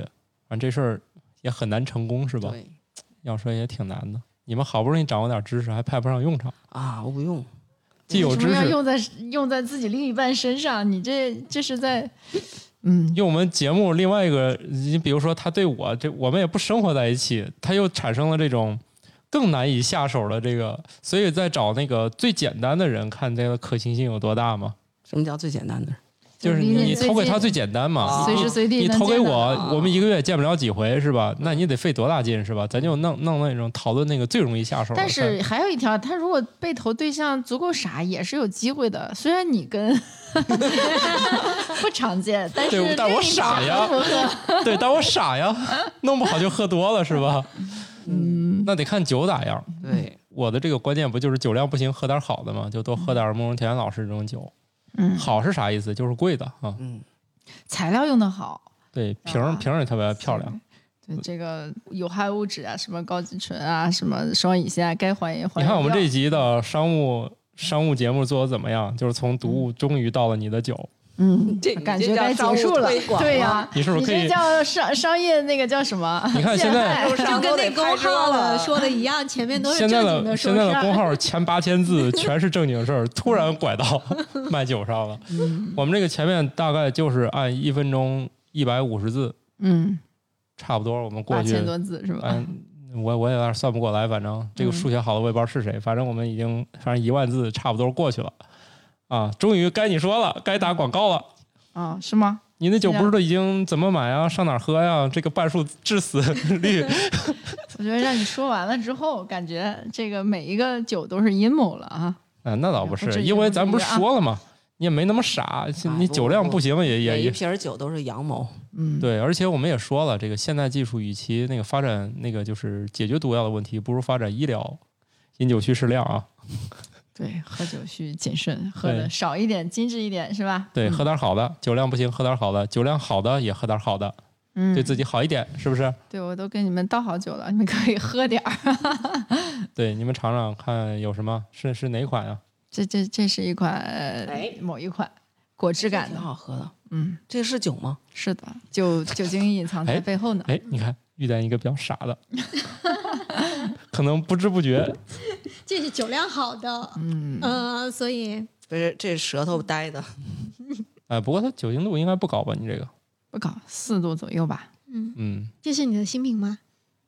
D: 反正这事儿也很难成功，是吧？
A: 对
D: 要说也挺难的。你们好不容易掌握点知识，还派不上用场，
A: 啊，我不用，
D: 既有
F: 为什
D: 知
F: 么要
D: 识，
F: 用在用在自己另一半身上？你这这是在，嗯，
D: 用我们节目另外一个，你比如说他对我这，我们也不生活在一起，他又产生了这种更难以下手的这个，所以在找那个最简单的人，看这个可行性有多大嘛。
A: 什么叫最简单的？
D: 就是
F: 离
D: 你
F: 你最
D: 投给
F: 近
D: 他最简单嘛，
A: 啊
F: 随时
D: 你
F: 随地
D: 你
F: 能
D: 投给
F: 见到
D: 我
F: 啊，
D: 我们一个月见不了几回是吧？那你得费多大劲是吧？咱就弄弄那种讨论那个最容易下手的。
F: 但是还有一条，他如果被投对象足够傻，也是有机会的。虽然你跟 不常见， 但
D: 对
F: 是
D: 但我
F: 另一
D: 傻 呀
F: 条
D: 看对，但我傻呀，弄不好就喝多了是吧？嗯，那得看酒咋样。
A: 对，
D: 我的这个观念不就是酒量不行，喝点好的嘛，就多喝点慕容甜老师这种酒。
F: 嗯，
D: 好是啥意思？就是贵的啊。
A: 嗯，
F: 材料用的好，
D: 对，瓶儿
F: 啊
D: 瓶儿也特别漂亮。
F: 对这个有害物质啊，什么高级醇啊，什么双乙酰啊，该还原还
D: 你
F: 原
D: 看我们
F: 掉
D: 这一集的商务商务节目做的怎么样？就是从毒物终于到了你的酒。
F: 嗯，
A: 这
F: 感
A: 你这
F: 觉
A: 叫
F: 该
A: 商务
F: 结束了
A: 推，广啊
F: 对呀、
A: 吗
D: 你是不是可以
F: 这叫商商业那个叫什么？
D: 你看现在
F: 陷害
A: 上
B: 就
A: 周
B: 跟
A: 得
B: 那
A: 拍
B: 公
A: 桌
B: 号
A: 了
B: 了说的一样，前面都是啊
D: 现在
B: 正经
D: 的
B: 的
D: 现
B: 说
D: 在
B: 事
D: 的公
B: 儿。
D: 号前八千字全是正经事儿，突然拐到卖酒上了。我们这个前面大概就是按一分钟一百五十字，
F: 嗯，
D: 差不多我们过
F: 八
D: 去
F: 千。多字是吧？
D: 嗯，我我也有点算不过来，反正这个数学好的我也不知道是谁，反正我们已经反正一万字差不多过去了。啊，终于该你说了，该打广告了。
F: 啊，是吗？
D: 你那酒不是都已经怎么买啊？上哪儿喝呀、这个半数致死 率，
F: 我觉得让你说完了之后，感觉这个每一个酒都是阴谋了啊。
D: 啊，那倒不
F: 不至
D: 是，
F: 于
D: 因为
F: 不至
D: 咱不
F: 于
D: 是
F: 啊
D: 说了吗？你也没那么傻，你酒量哎不行也也
A: 每一
D: 也
A: 瓶酒都是阳谋，
F: 嗯，
D: 对，而且我们也说了，这个现代技术与其那个发展那个就是解决毒药的问题，不如发展医疗。饮酒需适量啊，
F: 对，喝酒需谨慎，喝
D: 对
F: 的少一点，精致一点，是吧？
D: 对，喝点好的，酒量不行喝点好的，酒量好的也喝点好的，
F: 嗯，
D: 对自己好一点，是不是？
F: 对我都给你们倒好酒了，你们可以喝点儿。
D: 对，你们尝尝看有什么是是哪款啊呀、
F: 这这这是一款、呃
A: 哎
F: 某一款果汁感
A: 挺
F: 的，
A: 好喝的。
F: 嗯，
A: 这是酒吗？
F: 是的，酒酒精隐藏在
D: 哎
F: 背后呢。
D: 哎，你看遇见一个比较傻的，可能不知不觉
B: 这是酒量好的，嗯、呃，所以
A: 不是，这是舌头呆的。
D: 哎，不过它酒精度应该不高吧？你这个，
F: 不搞四度左右吧。
D: 嗯，
B: 这是你的新品吗？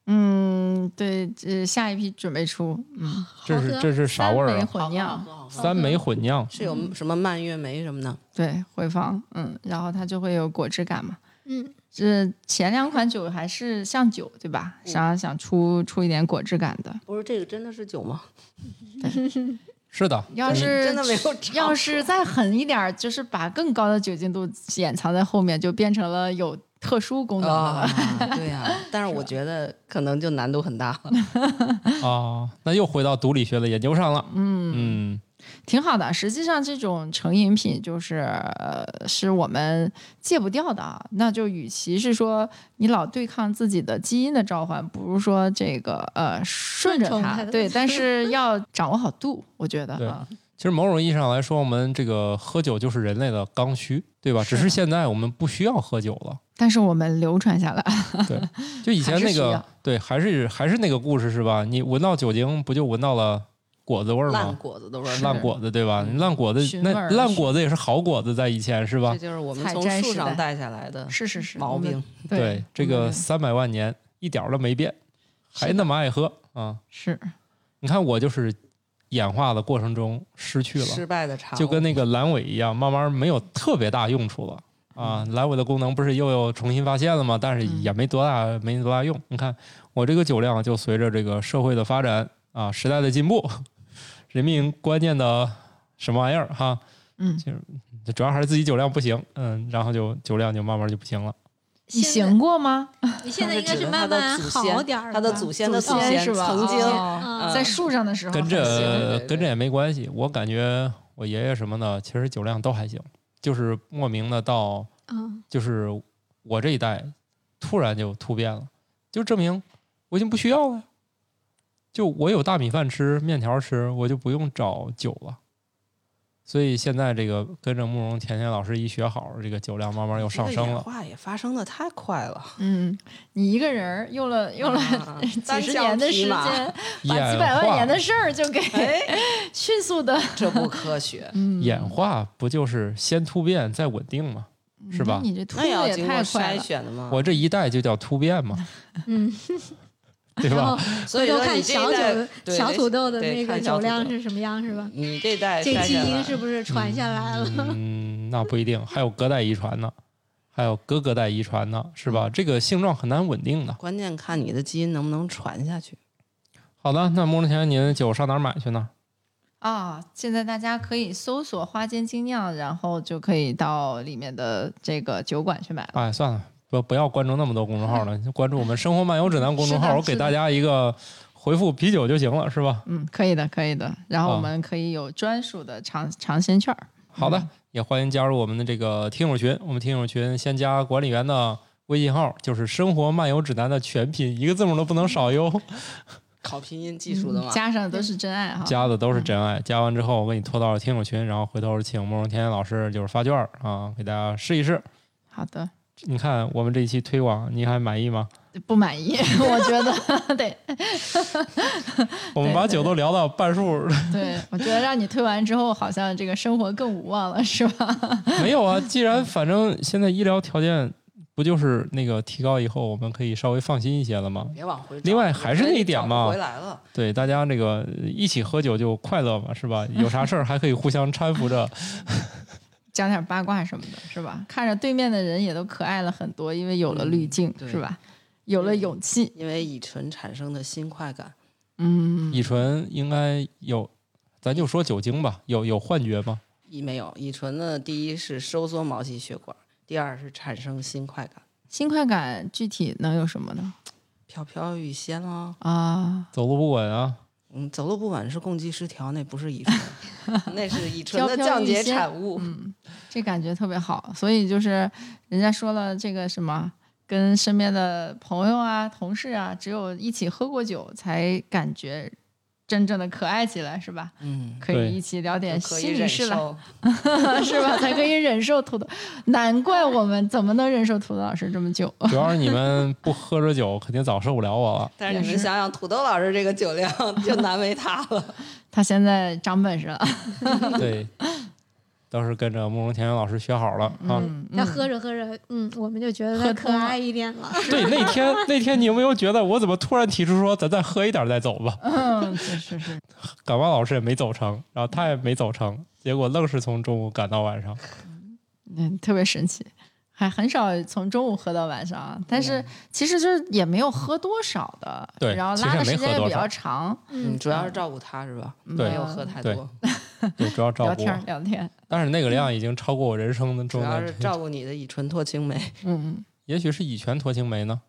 F: 嗯，对，这下一批准备出，嗯，
D: 这是这是啥味儿
F: 三酶
D: 啊？
F: 混酿，
D: 三酶混酿，
A: 是
F: 嗯
A: 有什么蔓越莓什么的？
F: 对，回放，嗯，然后它就会有果汁感嘛。
B: 嗯，
F: 这前两款酒还是像酒，对吧？想想出出一点果汁感的，
A: 不是这个真的是酒吗？
D: 是的，
F: 要
D: 你
F: 是
A: 真的没有
F: 要是再狠一点儿，就是把更高的酒精度掩藏在后面，就变成了有特殊功能的了。
A: 啊，对呀、但是我觉得可能就难度很大了。
D: 啊，那又回到毒理学的研究上了。嗯
F: 挺好的。实际上，这种成瘾品就是、呃、是我们戒不掉的啊。那就与其是说你老对抗自己的基因的召唤，不如说这个呃顺着
B: 顺从
F: 它
B: 它，的
F: 对，但是要掌握好度，我觉得
D: 对
F: 啊，
D: 其实某种意义上来说，我们这个喝酒就是人类的刚需，对吧？
F: 是
D: 只
F: 的
D: 是现在我们不需要喝酒了。
F: 但是我们流传下来，
D: 就以前
F: 还是
D: 那
F: 需
D: 个
F: 要，
D: 对，还是还是那个故事是吧？你闻到酒精，不就闻到了果子味儿
A: 烂
D: 吗？
A: 果子的味儿，
F: 是
D: 烂果子对吧？
A: 嗯
D: 烂果子
F: 寻味
D: 那
F: 儿
D: 烂果子也是好果子，在以前是吧
A: 这？就是我们
F: 采
A: 从
F: 摘
A: 树
F: 时代
A: 上带下来的
F: 是是是
A: 毛病。，
F: 我们
D: 对，这
F: 我
D: 个
F: 们
D: 三百万年一点儿都没变，还那么爱喝啊！
F: 是
D: 你看我就是演化的过程中失去了，
A: 失败的茶
D: 就跟那个阑尾一样，慢慢没有特别大用处了。啊，阑尾的功能不是又有重新发现了吗？但是
F: 嗯
D: 也没多大，没多大用。你看我这个酒量，就随着这个社会的发展啊，时代的进步， 人民观念的什么玩意儿哈，
F: 嗯，
D: 主要还是自己酒量不行，嗯，然后就酒量就慢慢就不行了。
F: 你
B: 现在
F: 醒过吗？
B: 你现
A: 他是
B: 在应该
A: 指
B: 是
A: 的
B: 慢
A: 他的
B: 慢
A: 祖
B: 好
A: 先
B: 点儿吧，
A: 他的祖先的祖
F: 先
A: 先
F: 是吧？
A: 曾经
F: 哦
A: 嗯
F: 在树上的时候
D: 跟
F: 还行
A: 对
D: 着
A: 对
D: 跟着也没关系，我感觉我爷爷什么的，其实酒量都还行，就是莫名的到
B: 嗯，
D: 就是我这一代突然就突变了，就证明我已经不需要了呀。就我有大米饭吃、面条吃，我就不用找酒了。所以现在这个跟着慕容甜甜老师一学好，这个酒量慢慢又上升了。
A: 化也发生的太快了，
F: 嗯，你一个人儿用了 用了
A: 啊
F: 几十年的时
A: 单枪匹马，
F: 间把
D: 演
F: 几百万
D: 化
F: 年的事儿就给
A: 哎
F: 迅速的。
A: 这不科学
F: 嗯
D: 演化不就是先突变再稳定吗？是吧
F: 嗯那你这突
A: 那
F: 的
A: 也要
F: 也
A: 经过
F: 太快
A: 筛
F: 了，
A: 选的嘛。
D: 我这一代就叫突变嘛，
B: 嗯，
D: 对
B: 然
D: 吧
B: 后？
A: 所以
B: 就
A: 说
B: 看
A: 你这
B: 小
A: 一代
B: 土
A: 对
B: 小土豆的
A: 对
B: 那个
A: 看小
B: 酒
A: 土
B: 量
A: 豆
B: 是什么样，是吧？
A: 你这代
B: 这
A: 筛
B: 基
A: 选
B: 因
A: 完
B: 是不是传下来了？
D: 嗯，那不一定，还有隔代遗传呢，还有哥哥代遗传呢，是
F: 嗯
D: 吧？这个性状很难稳定的。
A: 关键看你的基因能不能传下去。
D: 好的，那慕容甜，您的酒上哪儿买去呢？
F: 啊，现在大家可以搜索“花间精酿”，然后就可以到里面的这个酒馆去买了。
D: 哎，算了，不不要关注那么多公众号了，就关注我们“生活漫游指南”公
F: 是
D: 众号，
F: 的
D: 我
F: 是
D: 给
F: 的
D: 大家一个回复啤酒就行了，是吧？
F: 嗯，可以的，可以的。然后
D: 啊
F: 我们可以有专属的尝尝鲜券儿。
D: 好的，也欢迎加入我们的这个听友群，我们听友群先加管理员的微信号，就是“生活漫游指南”的全拼，一个字母都不能少哟。
A: 考拼音技术的嗯嘛，
F: 嗯加上都是真爱哈。
D: 加的都是真爱。加完之后，我给你拖到了听友群，然后回头请慕容天天老师就是发券儿啊，给大家试一试。
F: 好的，
D: 你看我们这一期推广，你还满意吗？
F: 不满意，我觉得 对
D: 我们
F: 对
D: 把
F: 对
D: 酒都聊到半数，
F: 对，我觉得让你推完之后，好像这个生活更无望了，是吧？
D: 没有啊。既然反正现在医疗条件不就是那个提高以后，我们可以稍微放心一些了吗？
A: 别往回找。
D: 另外还是那一点嘛
A: 找不回来了，
D: 对，大家这个呃一起喝酒就快乐嘛，是吧？有啥事儿还可以互相搀扶着。
F: 讲点八卦什么的，是吧？看着对面的人也都可爱了很多，因为有了滤镜，
A: 嗯对
F: 是吧？有了勇气，
A: 因为乙醇产生的新快感，
F: 嗯，
D: 乙醇应该有，咱就说酒精吧，有有幻觉吗？
A: 乙没有乙醇呢，第一是收缩毛细血管，第二是产生新快感，
F: 新快感具体能有什么呢？
A: 飘飘欲仙啊。
F: 啊，
D: 走路不稳啊，
A: 嗯，走路不稳是供给失调，那不是乙醇， 那是乙醇
F: 飘
A: 的
F: 飘
A: 降
F: 欲
A: 解
F: 仙
A: 产物。
F: 嗯，这感觉特别好。所以就是人家说了这个什么，跟身边的朋友啊、同事啊，只有一起喝过酒，才感觉真正的可爱起来，是吧？
A: 嗯，
F: 可
D: 对
F: 以一起聊点
A: 就可以
F: 心里
A: 忍
F: 事了，
A: 受。
F: 是吧？才可以忍受土豆，难怪我们怎么能忍受土豆老师这么久？
D: 主要是你们不喝着酒，肯定早受不了我了。
A: 但是
F: 也
A: 你们
F: 是
A: 想想，土豆老师这个酒量 就难为他了。
F: 他现在长本事了，
D: 对，都是跟着慕容田园老师学好了啊。
F: 嗯，
B: 他
F: 嗯
B: 喝着喝着，嗯，我们就觉得
F: 喝
B: 他可
F: 通了
B: 爱一点 了。嗯
D: 对，那天 那天你有没有觉得我怎么突然提出说咱再喝一点再走吧？
F: 嗯，是是 是，
D: 感冒老师也没走成，然后他 也没走成，结果愣是从中午赶到晚上。
F: 嗯，特别神奇。还很少从中午喝到晚上，啊但是其实就是也没有喝多少的，
D: 嗯对
F: 然后
D: 其
F: 拉的
D: 实也没
F: 时间
D: 喝
F: 也
D: 多
F: 比较
D: 少
F: 长，
A: 嗯，
B: 嗯，
A: 主要是照顾他是吧？
D: 对
A: 没
F: 没
A: 有
F: 有
A: 喝太
D: 对
A: 多，
D: 对，主要照
F: 聊
D: 顾
F: 天儿
D: 我。
F: 聊天，
D: 但是那个量已经超过我人生的
A: 主
D: 重
A: 要
D: 量
A: 是，照顾你的乙醇脱氢酶
F: 嗯，
D: 也许是乙醛脱氢酶呢，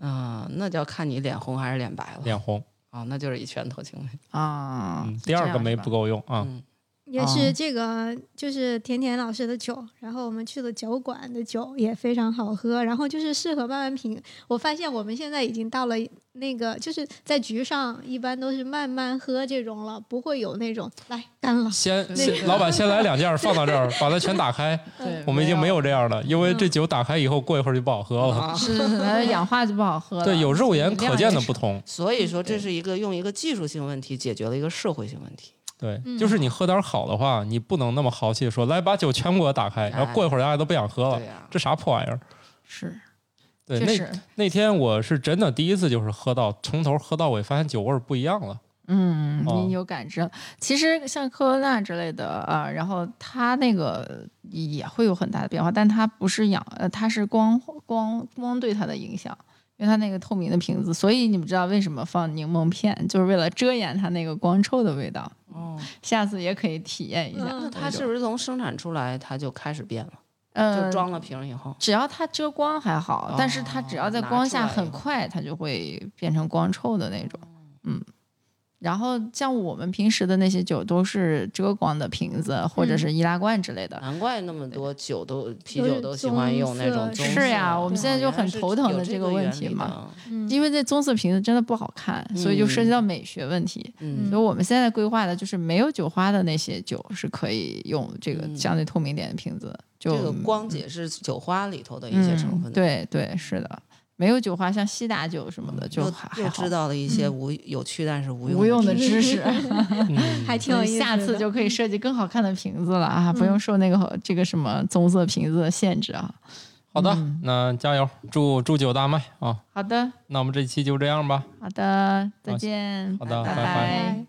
A: 啊，那就要看你脸红还是脸
F: 哦
A: 白了
D: 脸红。
A: 啊，那就是乙醛脱氢酶。
F: 啊
D: 嗯，，
F: 是
D: 第
F: 这
D: 二
F: 样
D: 个
F: 是
D: 酶
F: 吧
D: 不够用啊，
A: 嗯，
B: 也是这个就是甜甜老师的酒，然后我们去的酒馆的酒也非常好喝，然后就是适合慢慢品。我发现我们现在已经到了那个就是在局上一般都是慢慢喝这种了，不会有那种来干了。
D: 先
F: 对
D: 先老板先来两件儿放到这儿，把 它全打开。
F: 对，
D: 我们已经没有这样了，因为这酒打开以后过一会儿就不好喝了。
A: 啊
F: 是是，是氧化就不好哦喝了。嗯
D: 对，有肉眼
F: 量
D: 可
F: 也
D: 见的
F: 少
D: 不同。
A: 所以说这
F: 对
A: 是一个用一个技术性问题解决了一个社会性问题。
D: 对，
B: 嗯
D: 就是你喝点儿好的话，你不能那么豪气地说来把酒全给我打
F: 哎
D: 开，然后过一会儿大家都不想喝了
A: 对，
F: 啊
A: 呀，
D: 这啥破玩意儿？
F: 是，
D: 对，
F: 确
D: 那
F: 实，
D: 那天我是真的第一次就是喝到从头喝到尾，发现酒味儿不一样了。
F: 嗯，
D: 哦
F: 你有感知了。其实像科罗娜之类的啊、呃然后它那个也会有很大的变化，但它不是氧，呃，它是光光光对它的影响，因为它那个透明的瓶子，所以你们知道为什么放柠檬片，就是为了遮掩它那个光臭的味道。
A: 哦，
F: 下次也可以体验一下。
B: 嗯
A: 那它是不是从生产出来它就开始变了？
F: 呃，
A: 就装了瓶儿以后，
F: 只要它遮光还好，但是它只要在
A: 哦拿
F: 光
A: 出
F: 下
A: 来
F: 很
A: 了
F: 快，它就会变成光臭的那种。嗯，然后像我们平时的那些酒都是遮光的瓶子或者
B: 嗯
F: 是易拉罐之类的。
A: 难怪那么多酒都啤
B: 都是
A: 酒都喜欢用那种
B: 棕
A: 棕
B: 色
A: 色
F: 是呀
A: 的
F: 我们
A: 对
F: 现在就
A: 原来
F: 很
A: 是
F: 头疼
A: 有
F: 的
A: 这
F: 这个
A: 个
F: 问
A: 原
F: 题
A: 理
F: 嘛
A: 的。
B: 嗯，
F: 因为这棕色瓶子真的不好看，所以就涉及到美学问题。
A: 嗯
F: 所以我们现在规划的就是没有酒花的那些酒是可以用这个
A: 嗯
F: 相对透明点的瓶子，就
A: 这个光解是酒花里头的一些成分
F: 嗯
A: 的。
F: 对对，是的，没有酒花，像西达酒什么的就
A: 又
F: 还
A: 嗯又
F: 还好嗯
A: 知。道了一些无有趣但是无
F: 无用
A: 用
F: 的
A: 知
F: 知识，
D: 嗯，
B: 还挺有意思的。
F: 下次就可以设计更好看的瓶子了啊，不用受那个这个什么棕色瓶子的限制啊。
D: 好的
F: 嗯，
D: 那加油，祝祝酒大卖啊！
F: 好的，
D: 那我们这期就这样吧。
F: 好的，
D: 好
F: 再见，
D: 好的拜
F: 拜
D: 拜
B: 拜。